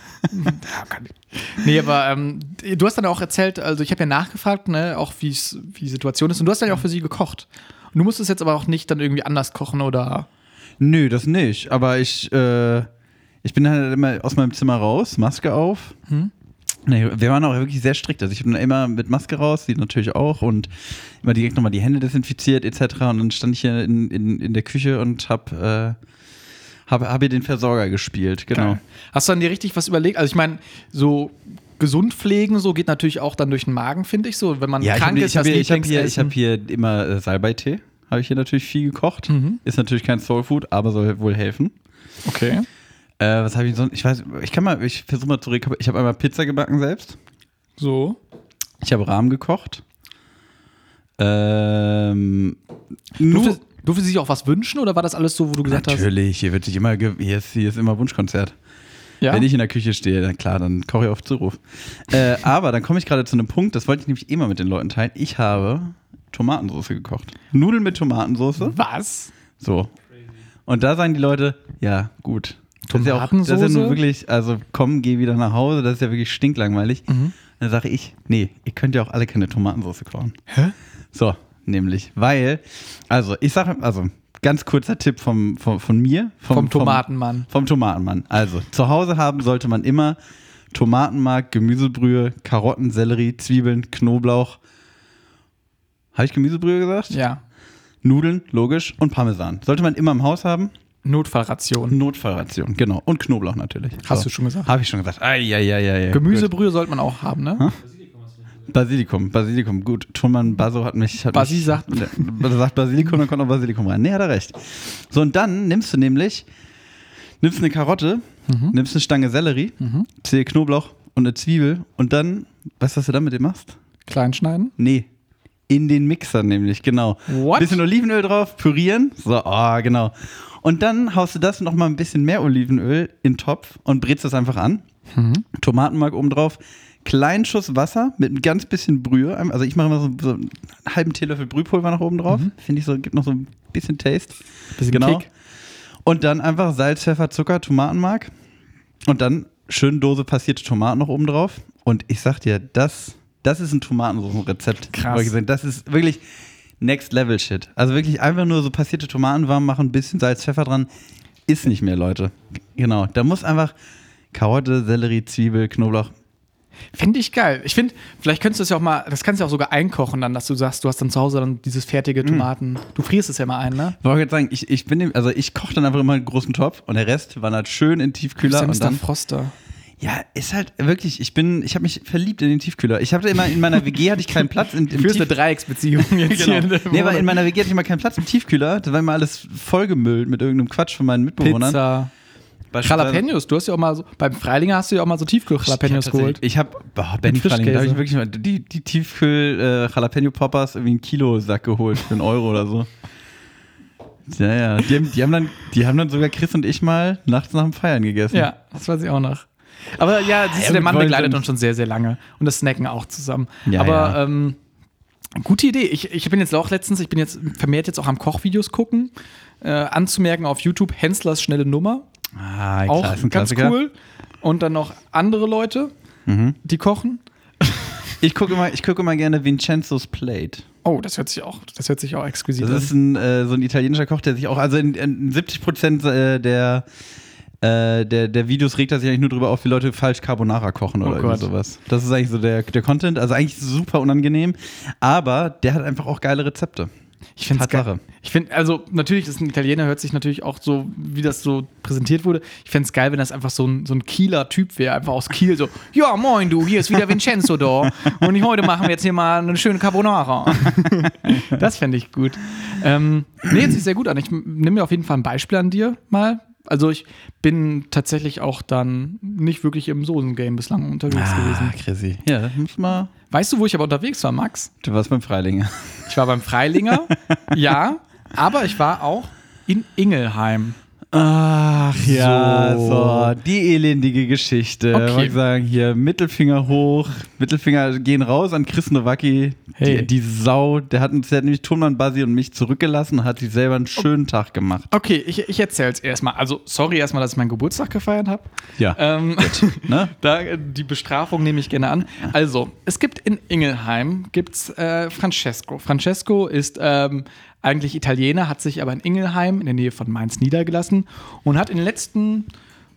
[SPEAKER 3] kann ich. nee, aber ähm, du hast dann auch erzählt, also ich habe ja nachgefragt, ne, auch wie's, wie die Situation ist. Und du hast dann ja auch für sie gekocht. Und du musstest jetzt aber auch nicht dann irgendwie anders kochen oder.
[SPEAKER 2] Nö, das nicht. Aber ich, äh, ich bin halt immer aus meinem Zimmer raus, Maske auf.
[SPEAKER 3] Hm?
[SPEAKER 2] Nee, wir waren auch wirklich sehr strikt. Also ich bin immer mit Maske raus, sie natürlich auch und immer direkt nochmal die Hände desinfiziert etc. Und dann stand ich hier in, in, in der Küche und hab, äh, hab, hab hier den Versorger gespielt, genau.
[SPEAKER 3] Geil. Hast du dann dir richtig was überlegt? Also ich meine, so gesund pflegen, so geht natürlich auch dann durch den Magen, finde ich so. Wenn man
[SPEAKER 2] Ja, ich
[SPEAKER 3] krank
[SPEAKER 2] habe
[SPEAKER 3] ist,
[SPEAKER 2] ich hab hier, ich hab hier, ich
[SPEAKER 3] Lieblingsessen-
[SPEAKER 2] hab hier immer äh, Salbeitee. Habe ich hier natürlich viel gekocht.
[SPEAKER 3] Mhm.
[SPEAKER 2] Ist natürlich kein Soulfood, aber soll wohl helfen.
[SPEAKER 3] Okay.
[SPEAKER 2] Äh, was habe ich sonst? Ich weiß, ich kann mal, ich versuche mal zu rekap- Ich habe einmal Pizza gebacken selbst.
[SPEAKER 3] So.
[SPEAKER 2] Ich habe Rahmen gekocht. Ähm, nur,
[SPEAKER 3] Durfte, durfte sie sich auch was wünschen oder war das alles so, wo du gesagt
[SPEAKER 2] natürlich, hier wird sich immer, ge- hier ist, hier ist immer Wunschkonzert.
[SPEAKER 3] hast? Ja.
[SPEAKER 2] Wenn ich in der Küche stehe, dann klar, dann koche ich auf Zuruf. Äh, aber dann komme ich gerade zu einem Punkt, das wollte ich nämlich immer mit den Leuten teilen. Ich habe Tomatensauce gekocht. Nudeln mit Tomatensauce.
[SPEAKER 3] was?
[SPEAKER 2] So. Und da sagen die Leute, ja, gut. Das ist ja, auch, das ist ja
[SPEAKER 3] Tomatensoße?
[SPEAKER 2] nun wirklich, also komm, geh wieder nach Hause, das ist ja wirklich stinklangweilig.
[SPEAKER 3] Mhm.
[SPEAKER 2] Dann sage ich, nee, ihr könnt ja auch alle keine Tomatensauce kochen.
[SPEAKER 3] Hä?
[SPEAKER 2] So, nämlich, weil, also ich sage, also ganz kurzer Tipp vom, vom, von mir.
[SPEAKER 3] Vom Tomatenmann.
[SPEAKER 2] Vom, Tomatenmann. Also, zu Hause haben sollte man immer Tomatenmark, Gemüsebrühe, Karotten, Sellerie, Zwiebeln, Knoblauch. Habe ich Gemüsebrühe gesagt?
[SPEAKER 3] Ja.
[SPEAKER 2] Nudeln, logisch, und Parmesan. Sollte man immer im Haus haben.
[SPEAKER 3] Notfallration.
[SPEAKER 2] Notfallration, genau. Und Knoblauch natürlich.
[SPEAKER 3] Hast du schon gesagt.
[SPEAKER 2] Habe ich schon gesagt. Eieieiei.
[SPEAKER 3] Gemüsebrühe sollte man auch haben, ne?
[SPEAKER 2] Gut. Basilikum, Basilikum, gut. Tonmann Basso hat mich. Hat
[SPEAKER 3] Basi
[SPEAKER 2] mich, [LAUGHS]
[SPEAKER 3] sagt-
[SPEAKER 2] Ne, sagt Basilikum, dann kommt noch Basilikum rein. Nee, hat er recht. So, und dann nimmst du nämlich, nimmst eine Karotte,
[SPEAKER 3] Mhm.
[SPEAKER 2] nimmst eine Stange Sellerie, Zehe Knoblauch und eine Zwiebel und dann, weißt du, was du dann mit dem machst?
[SPEAKER 3] Kleinschneiden.
[SPEAKER 2] Nee. In den Mixer nämlich, genau.
[SPEAKER 3] What?
[SPEAKER 2] Bisschen Olivenöl drauf, pürieren. So, ah, genau. Und dann haust du das noch mal ein bisschen mehr Olivenöl in den Topf und brätst das einfach an.
[SPEAKER 3] Mhm.
[SPEAKER 2] Tomatenmark oben drauf. Kleinen Schuss Wasser mit ein ganz bisschen Brühe. Also ich mache immer so, so einen halben Teelöffel Brühpulver nach oben drauf. Finde ich so, gibt noch so ein bisschen Taste.
[SPEAKER 3] Mhm.
[SPEAKER 2] Genau.
[SPEAKER 3] Bisschen Kick.
[SPEAKER 2] Und dann einfach Salz, Pfeffer, Zucker, Tomatenmark. Und dann schön Dose passierte Tomaten noch oben drauf. Und ich sag dir, das, das ist ein Tomatensoßenrezept.
[SPEAKER 3] Krass.
[SPEAKER 2] Hab ich gesehen. Das ist wirklich Next Level Shit. Also wirklich einfach nur so passierte Tomaten warm machen, ein bisschen Salz, Pfeffer dran. Ist nicht mehr, Leute. Genau. Da muss einfach Karotte, Sellerie, Zwiebel, Knoblauch.
[SPEAKER 3] Fände ich geil. Ich finde, vielleicht könntest du es ja auch mal, das kannst du ja auch sogar einkochen dann, dass du sagst, du hast dann zu Hause dann dieses
[SPEAKER 2] Hm.
[SPEAKER 3] fertige Tomaten. Du frierst es ja mal ein, ne?
[SPEAKER 2] Ich wollte gerade sagen, ich, ich bin, dem- also ich koche dann einfach immer einen großen Topf und der Rest wandert schön in den Tiefkühler.
[SPEAKER 3] Ist
[SPEAKER 2] und
[SPEAKER 3] ja Mr.
[SPEAKER 2] dann
[SPEAKER 3] Froster.
[SPEAKER 2] Ja, ist halt wirklich, ich bin, ich habe mich verliebt in den Tiefkühler. Ich hatte immer in meiner WG hatte ich keinen Platz im,
[SPEAKER 3] Du
[SPEAKER 2] im
[SPEAKER 3] führst eine
[SPEAKER 2] Tiefkühler.
[SPEAKER 3] [LAUGHS] Dreiecksbeziehung jetzt hier. in
[SPEAKER 2] Genau.
[SPEAKER 3] der
[SPEAKER 2] Nee, aber in
[SPEAKER 3] Wohnung.
[SPEAKER 2] meiner WG hatte ich immer keinen Platz im Tiefkühler. Da war immer alles vollgemüllt mit irgendeinem Quatsch von meinen Mitbewohnern.
[SPEAKER 3] Pizza.
[SPEAKER 2] Beispielsweise-
[SPEAKER 3] Jalapenos, du hast ja auch mal so, beim Freilinger hast du ja auch mal so Tiefkühl-Jalapenos
[SPEAKER 2] Ich hab tatsächlich-
[SPEAKER 3] geholt.
[SPEAKER 2] Ich habe, oh, Benny
[SPEAKER 3] Mit
[SPEAKER 2] Franning, da habe ich
[SPEAKER 3] Frischkäse.
[SPEAKER 2] wirklich mal die, die Tiefkühl äh, Jalapeno Poppers irgendwie einen Kilo-Sack geholt für einen Euro oder so. Ja, ja. Die haben, die, haben dann, die haben dann sogar Chris und ich mal nachts nach dem Feiern gegessen.
[SPEAKER 3] Ja, das weiß ich auch noch. Aber ja, siehst
[SPEAKER 2] Ja,
[SPEAKER 3] du, der
[SPEAKER 2] gut,
[SPEAKER 3] Mann
[SPEAKER 2] wollen
[SPEAKER 3] begleitet
[SPEAKER 2] wir-
[SPEAKER 3] uns schon sehr, sehr lange. Und das Snacken auch zusammen.
[SPEAKER 2] Ja,
[SPEAKER 3] Aber
[SPEAKER 2] ja.
[SPEAKER 3] Ähm, gute Idee. Ich, ich bin jetzt auch letztens, ich bin jetzt vermehrt jetzt auch am Kochvideos gucken. Äh, anzumerken auf YouTube, Henslers schnelle Nummer.
[SPEAKER 2] Ah,
[SPEAKER 3] Auch
[SPEAKER 2] klar, ist ein
[SPEAKER 3] ganz
[SPEAKER 2] Klassiker. Mhm.
[SPEAKER 3] cool. Und dann noch andere Leute, die kochen.
[SPEAKER 2] Ich gucke immer, ich guck immer gerne Vincenzo's Plate.
[SPEAKER 3] Oh, das hört sich auch, das hört sich auch exquisit
[SPEAKER 2] Das
[SPEAKER 3] an.
[SPEAKER 2] ist ein, äh, so ein italienischer Koch, der sich auch, also in, in 70 Prozent äh, der, äh, der, der Videos regt er sich eigentlich nur darüber auf, wie Leute falsch Carbonara kochen
[SPEAKER 3] Oh
[SPEAKER 2] oder irgendwie
[SPEAKER 3] Gott.
[SPEAKER 2] sowas. Das ist eigentlich so der, der Content, also eigentlich super unangenehm, aber der hat einfach auch geile Rezepte.
[SPEAKER 3] Ich finde
[SPEAKER 2] Tatsache.
[SPEAKER 3] geil. Ich finde, also natürlich, das ist ein Italiener, hört sich natürlich auch so, wie das so präsentiert wurde. Ich fände es geil, wenn das einfach so ein, so ein Kieler Typ wäre, einfach aus Kiel so, ja moin du, hier ist wieder Vincenzo da und ich, heute machen wir jetzt hier mal eine schöne Carbonara. das fände ich gut. Ähm, nee, jetzt sieht sehr gut an. Ich nehme mir auf jeden Fall ein Beispiel an dir mal. Also ich bin tatsächlich auch dann nicht wirklich im Soßen-Game bislang unterwegs gewesen.
[SPEAKER 2] Chrissy. Ja, muss mal.
[SPEAKER 3] Weißt du, wo ich aber unterwegs war, Max?
[SPEAKER 2] Du warst beim Freilinger.
[SPEAKER 3] Ich war beim [LAUGHS] Freilinger, ja, aber ich war auch in Ingelheim.
[SPEAKER 2] Ach ja,
[SPEAKER 3] So.
[SPEAKER 2] so, die elendige Geschichte.
[SPEAKER 3] Okay.
[SPEAKER 2] Ich wollte sagen, hier Mittelfinger hoch, Mittelfinger gehen raus an Chris Nowacki. Die,
[SPEAKER 3] Hey.
[SPEAKER 2] die Sau, der hat, uns- der hat nämlich Thomann, Basi und mich zurückgelassen und hat sich selber einen schönen Tag gemacht.
[SPEAKER 3] Okay, ich, ich erzähl's erstmal. Also, sorry erstmal, dass ich meinen Geburtstag gefeiert habe.
[SPEAKER 2] Ja.
[SPEAKER 3] Ähm,
[SPEAKER 2] Ne?
[SPEAKER 3] [LAUGHS] Da, äh, die Bestrafung nehme ich gerne an. Also, es gibt in Ingelheim gibt's, äh, Francesco. Francesco ist ähm, eigentlich Italiener, hat sich aber in Ingelheim in der Nähe von Mainz niedergelassen und hat in den letzten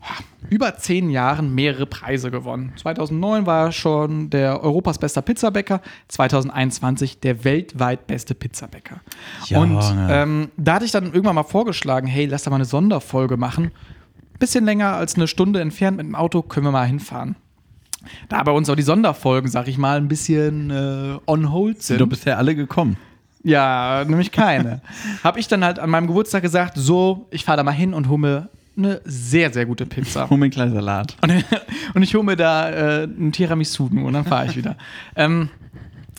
[SPEAKER 3] ah, über zehn Jahren mehrere Preise gewonnen. 2009 war er schon der Europas bester Pizzabäcker, 2021 der weltweit beste Pizzabäcker.
[SPEAKER 2] Ja,
[SPEAKER 3] und
[SPEAKER 2] ne.
[SPEAKER 3] ähm, da hatte ich dann irgendwann mal vorgeschlagen, hey, lass da mal eine Sonderfolge machen bisschen länger als eine Stunde entfernt mit dem Auto, können wir mal hinfahren. Da bei uns auch die Sonderfolgen, sag ich mal, ein bisschen äh, on hold
[SPEAKER 2] Sind doch
[SPEAKER 3] sind.
[SPEAKER 2] bisher alle gekommen.
[SPEAKER 3] Ja, nämlich keine. Hab ich dann halt an meinem Geburtstag gesagt, so, ich fahre da mal hin und hole mir eine sehr, sehr
[SPEAKER 2] [LAUGHS]
[SPEAKER 3] gute Pizza.
[SPEAKER 2] Hol mir einen kleinen Salat.
[SPEAKER 3] Und, und ich hole mir da äh, ein Tiramisu und dann fahre ich wieder. ähm,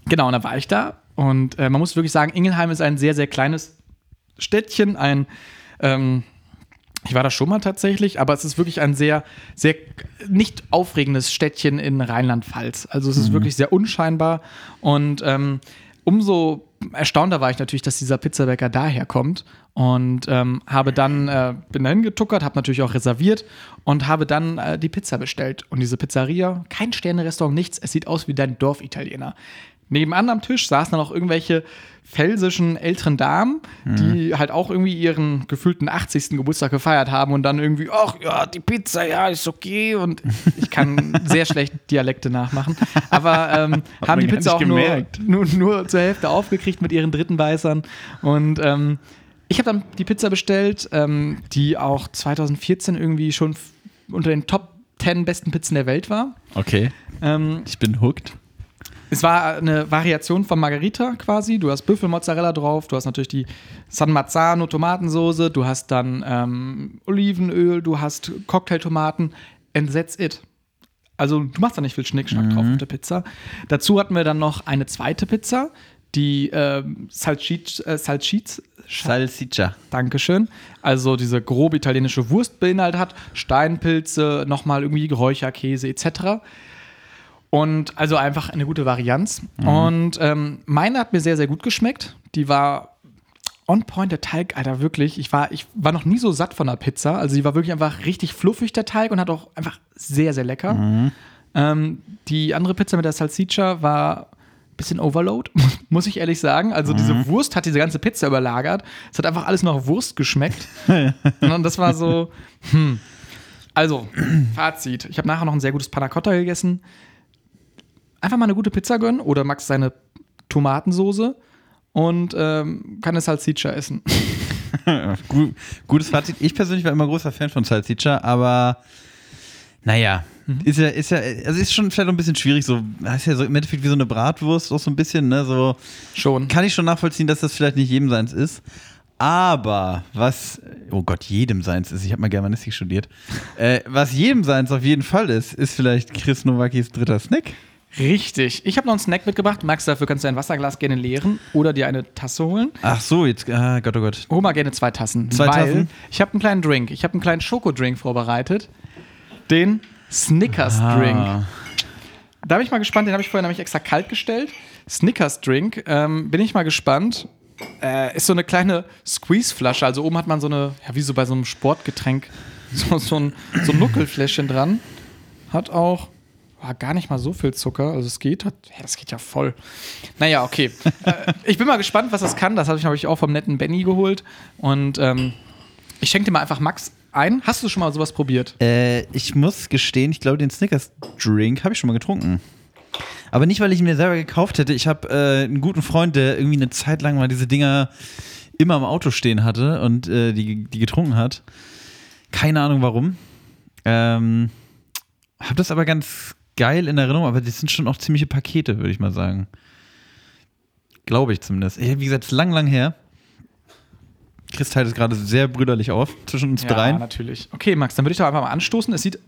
[SPEAKER 3] genau, und dann war ich da. Und äh, man muss wirklich sagen, Ingelheim ist ein sehr, sehr kleines Städtchen. Ein, ähm, ich war da schon mal tatsächlich, aber es ist wirklich ein sehr, sehr nicht aufregendes Städtchen in Rheinland-Pfalz. Also es ist wirklich sehr unscheinbar. Und ähm, umso erstaunter war ich natürlich, dass dieser Pizzabäcker daher kommt. Und ähm, habe dann, äh, bin dahin getuckert, habe natürlich auch reserviert und habe dann äh, die Pizza bestellt. Und diese Pizzeria, kein Sterne-Restaurant, nichts. Es sieht aus wie dein Dorfitaliener. Nebenan am Tisch saßen dann auch irgendwelche felsischen älteren Damen,
[SPEAKER 2] Mhm.
[SPEAKER 3] die halt auch irgendwie ihren gefühlten 80. Geburtstag gefeiert haben und dann irgendwie, ach ja, die Pizza, ja, ist
[SPEAKER 2] [LAUGHS]
[SPEAKER 3] okay. Und ich kann sehr schlecht Dialekte nachmachen. Aber
[SPEAKER 2] [LAUGHS]
[SPEAKER 3] ähm, haben
[SPEAKER 2] man
[SPEAKER 3] die
[SPEAKER 2] gar
[SPEAKER 3] Pizza auch
[SPEAKER 2] nicht
[SPEAKER 3] nur,
[SPEAKER 2] gemerkt.
[SPEAKER 3] nur, nur zur Hälfte aufgekriegt mit ihren dritten Beißern. Und ähm, ich habe dann die Pizza bestellt, ähm, die auch 2014 irgendwie schon f- unter den Top 10 besten Pizzen der Welt war.
[SPEAKER 2] Okay.
[SPEAKER 3] Ähm,
[SPEAKER 2] Ich bin hooked.
[SPEAKER 3] es war eine Variation von Margarita quasi. Du hast Büffelmozzarella drauf, du hast natürlich die San Marzano Tomatensoße, du hast dann ähm, Olivenöl, du hast Cocktailtomaten. And that's it. Also du machst da nicht viel Schnickschnack drauf auf der Pizza. Dazu hatten wir dann noch eine zweite Pizza, die ähm, Salchic, äh, Salchic,
[SPEAKER 2] Salsiccia.
[SPEAKER 3] Dankeschön. Also diese grob italienische Wurst beinhaltet hat, Steinpilze, nochmal irgendwie Geräucherkäse etc. Und also einfach eine gute Varianz. Und ähm, meine hat mir sehr, sehr gut geschmeckt. Die war on point, der Teig, Alter, wirklich. Ich war, ich war noch nie so satt von einer Pizza. Also die war wirklich einfach richtig fluffig, der Teig, und hat auch einfach sehr, sehr lecker. Ähm, die andere Pizza mit der Salsiccia war ein bisschen Overload, [LAUGHS] muss ich ehrlich sagen. Also diese Wurst hat diese ganze Pizza überlagert. Es hat einfach alles nach Wurst geschmeckt. und das war so, hm. Also, Fazit. Ich habe nachher noch ein sehr gutes Panna Cotta gegessen. Einfach mal eine gute Pizza gönnen oder Max seine Tomatensoße und ähm, kann eine Salsiccia essen. [LAUGHS]
[SPEAKER 2] Gu- Gutes Fazit. Ich persönlich war immer großer Fan von Salsiccia, aber naja. Ist ja, ist ja, also ist schon vielleicht auch ein bisschen schwierig, so, das ist ja so im Endeffekt wie so eine Bratwurst, auch so ein bisschen, ne, so,
[SPEAKER 3] Schon.
[SPEAKER 2] kann ich schon nachvollziehen, dass das vielleicht nicht jedem seins ist. Aber was, oh Gott, jedem seins ist, ich habe mal Germanistik [LAUGHS] studiert, äh, was jedem seins auf jeden Fall ist, ist vielleicht Chris Nowakis dritter Snack.
[SPEAKER 3] Richtig. Ich habe noch einen Snack mitgebracht. Max, dafür kannst du ein Wasserglas gerne leeren oder dir eine Tasse holen.
[SPEAKER 2] Ach so, jetzt, ah, Gott, oh Gott.
[SPEAKER 3] Hol mal gerne zwei Tassen.
[SPEAKER 2] Zwei
[SPEAKER 3] weil
[SPEAKER 2] Tassen?
[SPEAKER 3] Ich habe einen kleinen Drink. Ich habe einen kleinen Schokodrink vorbereitet. Den Snickers-Drink.
[SPEAKER 2] Ah,
[SPEAKER 3] Da bin ich mal gespannt. Den habe ich vorher nämlich extra kalt gestellt. Snickers-Drink. Ähm, bin ich mal gespannt. Äh, ist so eine kleine Squeeze-Flasche. Also oben hat man so eine, ja, wie so bei so einem Sportgetränk, [LAUGHS] so, so, ein, so ein Nuckelfläschchen dran. Hat auch ah, gar nicht mal so viel Zucker. Also es geht. Hat, ja, das geht ja voll. Naja, okay. äh, ich bin mal gespannt, was das kann. Das habe ich, glaube ich, auch vom netten Benny geholt. Und ähm, ich schenke dir mal einfach Max ein. Hast du schon mal sowas probiert?
[SPEAKER 2] äh, ich muss gestehen, ich glaube, den Snickers-Drink habe ich schon mal getrunken. Aber nicht, weil ich ihn mir selber gekauft hätte. Ich habe äh, einen guten Freund, der irgendwie eine Zeit lang mal diese Dinger immer im Auto stehen hatte und äh, die, die getrunken hat. Keine Ahnung warum. Ähm, hab das aber ganz geil in Erinnerung, aber das sind schon auch ziemliche Pakete, würde ich mal sagen. Glaube ich zumindest. Ich, wie gesagt, es ist lang, lang her. Chris teilt es gerade sehr brüderlich auf zwischen uns dreien.
[SPEAKER 3] natürlich. Okay, Max, dann würde ich doch einfach mal anstoßen. Es sieht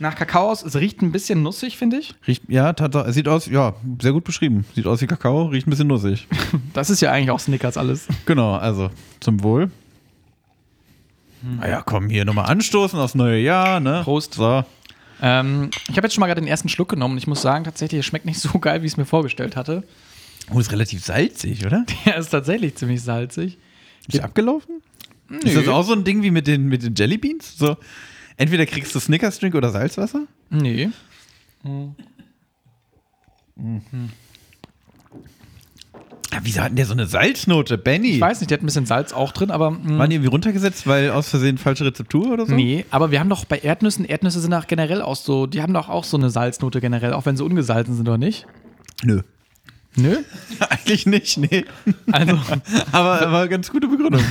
[SPEAKER 3] nach Kakao aus. Es riecht ein bisschen nussig, finde ich.
[SPEAKER 2] Riecht, ja, Tatsache, sieht aus, ja, sehr gut beschrieben. Sieht aus wie Kakao, riecht ein bisschen nussig.
[SPEAKER 3] Das ist ja eigentlich auch
[SPEAKER 2] [LAUGHS]
[SPEAKER 3] Snickers alles.
[SPEAKER 2] genau, also zum Wohl. Naja, komm, hier nochmal anstoßen aufs neue Jahr, ne?
[SPEAKER 3] Prost.
[SPEAKER 2] So.
[SPEAKER 3] Ähm, ich habe jetzt schon mal gerade den ersten Schluck genommen und ich muss sagen, tatsächlich, es schmeckt nicht so geil, wie ich es mir vorgestellt hatte. [LAUGHS]
[SPEAKER 2] Oh, ist relativ salzig, oder?
[SPEAKER 3] Er ist tatsächlich ziemlich salzig.
[SPEAKER 2] Ist der abgelaufen? Ist das auch so ein Ding wie mit den, mit den Jellybeans? So, entweder kriegst du Snickers-Drink oder Salzwasser?
[SPEAKER 3] Nee.
[SPEAKER 2] Ja, Ah, wieso hat denn der so eine Salznote, Benny?
[SPEAKER 3] Ich weiß nicht, der hat ein bisschen Salz auch drin, aber. mh,
[SPEAKER 2] Waren die irgendwie runtergesetzt, weil aus Versehen falsche Rezeptur oder so?
[SPEAKER 3] Nee, aber wir haben doch bei Erdnüssen, Erdnüsse sind auch generell auch so, die haben doch auch so eine Salznote generell, auch wenn sie ungesalzen sind oder nicht.
[SPEAKER 2] Nö. [LAUGHS]
[SPEAKER 3] Nö?
[SPEAKER 2] Eigentlich nicht, [LAUGHS] nee.
[SPEAKER 3] Also,
[SPEAKER 2] Aber, aber ganz gute Begründung.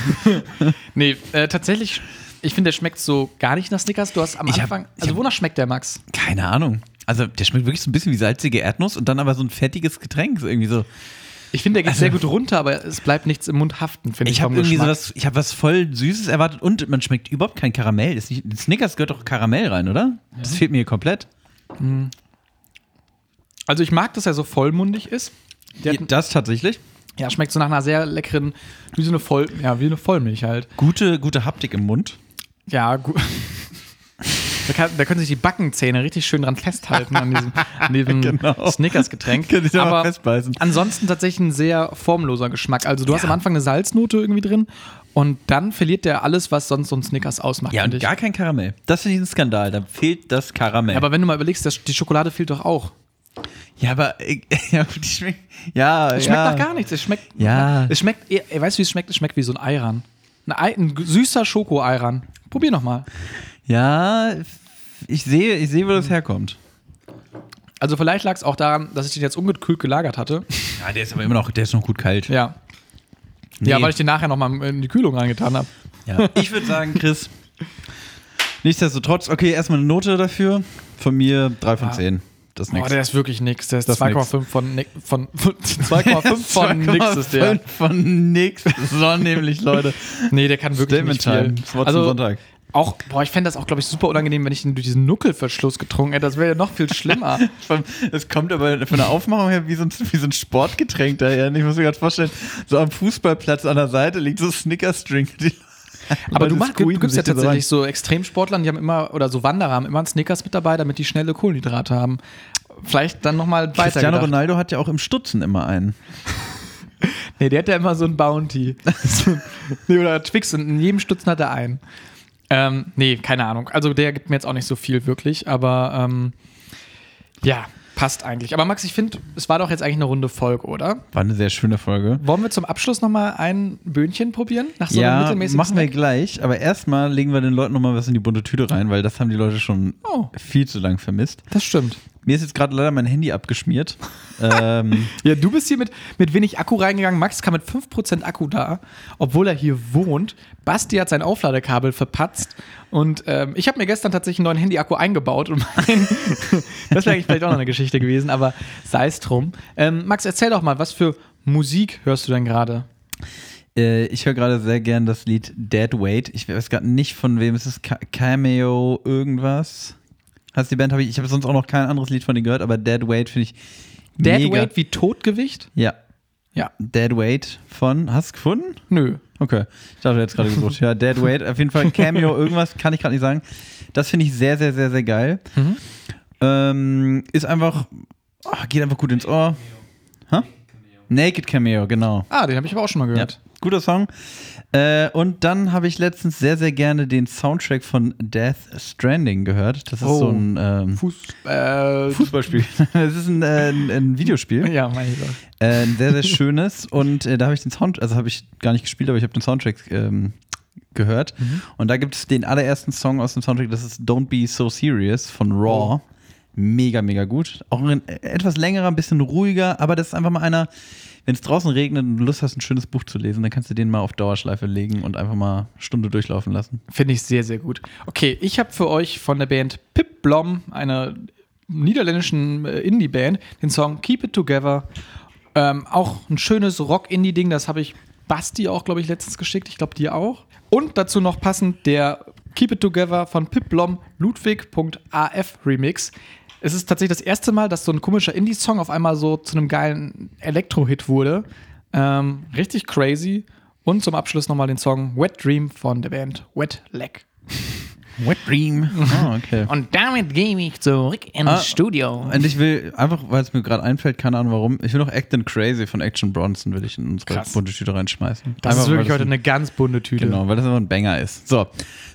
[SPEAKER 3] nee, äh, tatsächlich, ich finde, der schmeckt so gar nicht nach Snickers. Du hast am
[SPEAKER 2] Ich hab-
[SPEAKER 3] Anfang.
[SPEAKER 2] ich
[SPEAKER 3] also,
[SPEAKER 2] hab-
[SPEAKER 3] wonach schmeckt der, Max?
[SPEAKER 2] Keine Ahnung. Also, der schmeckt wirklich so ein bisschen wie salzige Erdnuss und dann aber so ein fettiges Getränk. So irgendwie so.
[SPEAKER 3] Ich finde, der geht
[SPEAKER 2] Also-
[SPEAKER 3] sehr gut runter, aber es bleibt nichts im Mund haften, finde ich.
[SPEAKER 2] Ich habe
[SPEAKER 3] vom
[SPEAKER 2] irgendwie so
[SPEAKER 3] Geschmack.
[SPEAKER 2] was, ich habe was voll Süßes erwartet und man schmeckt überhaupt kein Karamell. Ist nicht, Snickers gehört doch Karamell rein, oder? Das fehlt mir hier komplett.
[SPEAKER 3] Also, ich mag, dass er so vollmundig ist. Der hat,
[SPEAKER 2] Das tatsächlich.
[SPEAKER 3] ja, schmeckt so nach einer sehr leckeren, wie so eine Voll, ja, wie eine Vollmilch halt.
[SPEAKER 2] Gute, gute Haptik im Mund.
[SPEAKER 3] Ja, gut. [LAUGHS] Da, kann, da können sich die Backenzähne richtig schön dran festhalten an diesem, an [LAUGHS] diesem
[SPEAKER 2] Genau.
[SPEAKER 3] Snickers-Getränk.
[SPEAKER 2] Können sich da mal festbeißen.
[SPEAKER 3] ansonsten tatsächlich ein sehr formloser Geschmack. Also du hast am Anfang eine Salznote irgendwie drin und dann verliert der alles, was sonst so ein Snickers ausmacht.
[SPEAKER 2] Ja,
[SPEAKER 3] finde
[SPEAKER 2] und
[SPEAKER 3] ich.
[SPEAKER 2] gar kein Karamell. Das finde ich ein Skandal. Da fehlt das Karamell.
[SPEAKER 3] Aber wenn du mal überlegst, das, die Schokolade fehlt doch auch.
[SPEAKER 2] ja, aber äh, [LAUGHS] ja, gut, die schmeckt. Ja,
[SPEAKER 3] Es schmeckt
[SPEAKER 2] ja.
[SPEAKER 3] nach gar nichts. Es schmeckt,
[SPEAKER 2] Ja.
[SPEAKER 3] es schmeckt, eh, eh, weißt du, wie es schmeckt? Es schmeckt wie so ein Eiran. Ein, Ei, ein süßer Schoko-Eiran. Probier nochmal.
[SPEAKER 2] Ja, ich sehe, ich sehe, wo das herkommt.
[SPEAKER 3] Also vielleicht lag es auch daran, dass ich den jetzt ungekühlt gelagert hatte.
[SPEAKER 2] Ja, der ist aber immer noch, der ist noch gut kalt. [LAUGHS]
[SPEAKER 3] Ja. Ja, weil ich den nachher nochmal in die Kühlung reingetan habe.
[SPEAKER 2] Ja. Ich würde sagen, Chris. Nichtsdestotrotz, okay, erstmal eine Note dafür. Von mir 3 von
[SPEAKER 3] Ah.
[SPEAKER 2] 10. Das ist
[SPEAKER 3] Boah,
[SPEAKER 2] nix.
[SPEAKER 3] der ist wirklich nix. Der ist
[SPEAKER 2] Das ist nix.
[SPEAKER 3] 2,5 von, Nick- von, [LAUGHS] von
[SPEAKER 2] [LAUGHS]
[SPEAKER 3] 2,5 von nix ist der.
[SPEAKER 2] 2,5 von nix. So nämlich, [LAUGHS] Leute.
[SPEAKER 3] Nee, der kann wirklich
[SPEAKER 2] Statement
[SPEAKER 3] nicht viel.
[SPEAKER 2] Time. Das Wort zum
[SPEAKER 3] also
[SPEAKER 2] Sonntag.
[SPEAKER 3] auch, boah, ich fände das auch, glaube ich, super unangenehm, wenn ich ihn durch diesen Nuckelverschluss getrunken hätte. Das wäre ja noch
[SPEAKER 2] [LAUGHS]
[SPEAKER 3] viel schlimmer.
[SPEAKER 2] Vom- Es kommt aber von der Aufmachung her wie so ein, [LAUGHS] wie so ein Sportgetränk daher. Und Ich muss mir gerade vorstellen, so am Fußballplatz an der Seite liegt so ein Snickers-Drink. [LAUGHS] Die
[SPEAKER 3] Aber
[SPEAKER 2] Leute
[SPEAKER 3] du, machst, du
[SPEAKER 2] squeeten
[SPEAKER 3] gibst ja
[SPEAKER 2] sich da so
[SPEAKER 3] tatsächlich so Extremsportlern, die haben immer, oder so Wanderer haben immer einen Snickers mit dabei, damit die schnelle Kohlenhydrate haben. Vielleicht dann nochmal
[SPEAKER 2] rein. Cristiano
[SPEAKER 3] weiter.
[SPEAKER 2] Ronaldo hat ja auch im Stutzen immer einen.
[SPEAKER 3] Nee, der hat ja immer so ein
[SPEAKER 2] [LAUGHS]
[SPEAKER 3] Bounty. So- nee, oder Twix und in jedem Stutzen hat er einen. Ähm, nee, keine Ahnung. Also der gibt mir jetzt auch nicht so viel wirklich, aber ähm, ja, passt eigentlich. Aber Max, ich finde, es war doch jetzt eigentlich eine runde Folge, oder?
[SPEAKER 2] War eine sehr schöne Folge.
[SPEAKER 3] Wollen wir zum Abschluss nochmal ein Böhnchen probieren? Nach so einem
[SPEAKER 2] ja,
[SPEAKER 3] mittelmäßigen
[SPEAKER 2] machen wir
[SPEAKER 3] Snack?
[SPEAKER 2] gleich. Aber erstmal legen wir den Leuten nochmal was in die bunte Tüte rein, weil das haben die Leute schon
[SPEAKER 3] Oh.
[SPEAKER 2] viel zu lang vermisst.
[SPEAKER 3] Das stimmt.
[SPEAKER 2] Mir ist jetzt gerade leider mein Handy
[SPEAKER 3] [LAUGHS]
[SPEAKER 2] abgeschmiert. ähm,
[SPEAKER 3] Ja, du bist hier mit, mit wenig Akku reingegangen. Max kam mit 5% Akku da, obwohl er hier wohnt. Basti hat sein Aufladekabel verpatzt. Und ähm, ich habe mir gestern tatsächlich einen neuen Handyakku eingebaut. Und mein, [LAUGHS] das wäre eigentlich vielleicht auch noch eine Geschichte gewesen, aber sei es drum. Ähm, Max, erzähl doch mal, was für Musik hörst du denn gerade?
[SPEAKER 2] äh, ich höre gerade sehr gern das Lied Dead Weight. Ich weiß gerade nicht, von wem es ist. Ca Cameo irgendwas. Heißt die Band? Hab ich ich habe sonst auch noch kein anderes Lied von denen gehört, aber Dead Weight finde ich
[SPEAKER 3] Dead
[SPEAKER 2] mega.
[SPEAKER 3] Weight wie Totgewicht?
[SPEAKER 2] Ja,
[SPEAKER 3] Ja.
[SPEAKER 2] Dead Weight von. Hast du gefunden?
[SPEAKER 3] Nö.
[SPEAKER 2] Okay, ich dachte, du hättest gerade gesucht. Ja, Dead Weight, auf jeden Fall Cameo, irgendwas kann ich gerade nicht sagen. Das finde ich sehr, sehr, sehr, sehr geil. Ähm, ist einfach, ah, geht einfach gut ins Ohr. Hä? Naked Cameo, genau.
[SPEAKER 3] Ah, den habe ich aber auch schon mal
[SPEAKER 2] Ja,
[SPEAKER 3] gehört.
[SPEAKER 2] guter Song. Äh, und dann habe ich letztens sehr, sehr gerne den Soundtrack von Death Stranding gehört. Das ist
[SPEAKER 3] Oh.
[SPEAKER 2] so ein ähm,
[SPEAKER 3] Fuß. Äh,
[SPEAKER 2] Fußballspiel. [LAUGHS] Das ist ein, äh, ein, ein Videospiel.
[SPEAKER 3] Ja, mein Gott.
[SPEAKER 2] Äh, ein sehr, sehr schönes. [LAUGHS] Und äh, da habe ich den Sound, also habe ich gar nicht gespielt, aber ich habe den Soundtrack ähm, gehört. Und da gibt es den allerersten Song aus dem Soundtrack, das ist Don't Be So Serious von Raw. Mega, mega gut. Auch ein äh, etwas längerer, ein bisschen ruhiger, aber das ist einfach mal einer, wenn es draußen regnet und du Lust hast, ein schönes Buch zu lesen, dann kannst du den mal auf Dauerschleife legen und einfach mal eine Stunde durchlaufen lassen.
[SPEAKER 3] Finde ich sehr, sehr gut. Okay, ich habe für euch von der Band Pip Blom, einer niederländischen äh, Indie-Band, den Song Keep It Together. Ähm, auch ein schönes Rock-Indie-Ding, das habe ich Basti auch, glaube ich, letztens geschickt. Ich glaube, dir auch. Und dazu noch passend der Keep It Together von Pip Blom Ludwig.af Remix. Es ist tatsächlich das erste Mal, dass so ein komischer Indie-Song auf einmal so zu einem geilen Elektro-Hit wurde. Ähm, richtig crazy. Und zum Abschluss nochmal den Song Wet Dream von der Band Wet Leg.
[SPEAKER 2] Wet Dream. Ah, okay.
[SPEAKER 3] Und damit gehe ich zurück ins
[SPEAKER 2] Ah,
[SPEAKER 3] Studio.
[SPEAKER 2] Und ich will, einfach weil es mir gerade einfällt, keine Ahnung warum, ich will noch Actin' Crazy von Action Bronson will ich in unsere
[SPEAKER 3] Krass.
[SPEAKER 2] bunte Tüte reinschmeißen.
[SPEAKER 3] Das
[SPEAKER 2] Einfach,
[SPEAKER 3] ist
[SPEAKER 2] weil
[SPEAKER 3] wirklich heute
[SPEAKER 2] ein-
[SPEAKER 3] eine ganz bunte Tüte.
[SPEAKER 2] Genau, weil das einfach ein Banger ist. So,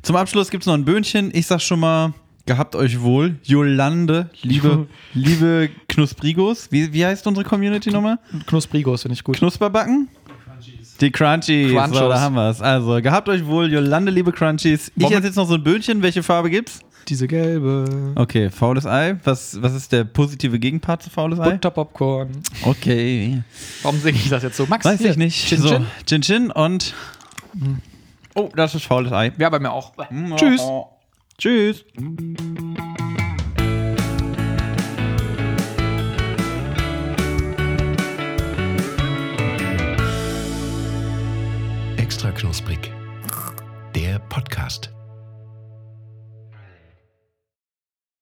[SPEAKER 2] zum Abschluss gibt es noch ein Böhnchen. Ich sag schon mal, gehabt euch wohl. Jolande, liebe, liebe Knusprigos. Wie, wie heißt unsere Community nochmal?
[SPEAKER 3] Knusprigos finde ich gut.
[SPEAKER 2] Knusperbacken? Die Crunchies.
[SPEAKER 3] Crunchos.
[SPEAKER 2] So, da haben wir es. Also, gehabt euch wohl, Jolande, liebe Crunchies. Ich
[SPEAKER 3] Wollen wir-
[SPEAKER 2] esse jetzt noch so ein Böhnchen. Welche Farbe gibt's?
[SPEAKER 3] Diese gelbe.
[SPEAKER 2] Okay, faules Ei. Was, was ist der positive Gegenpart zu faules Ei?
[SPEAKER 3] Butterpopcorn.
[SPEAKER 2] Okay.
[SPEAKER 3] Warum singe ich das jetzt so? Max?
[SPEAKER 2] Weiß
[SPEAKER 3] hier,
[SPEAKER 2] ich nicht.
[SPEAKER 3] Chin
[SPEAKER 2] so,
[SPEAKER 3] Chin?
[SPEAKER 2] Chin Chin und. Oh, das ist faules Ei.
[SPEAKER 3] Ja, bei mir auch. Tschüss.
[SPEAKER 2] [LAUGHS] Tschüss.
[SPEAKER 1] Extra knusprig. Der Podcast.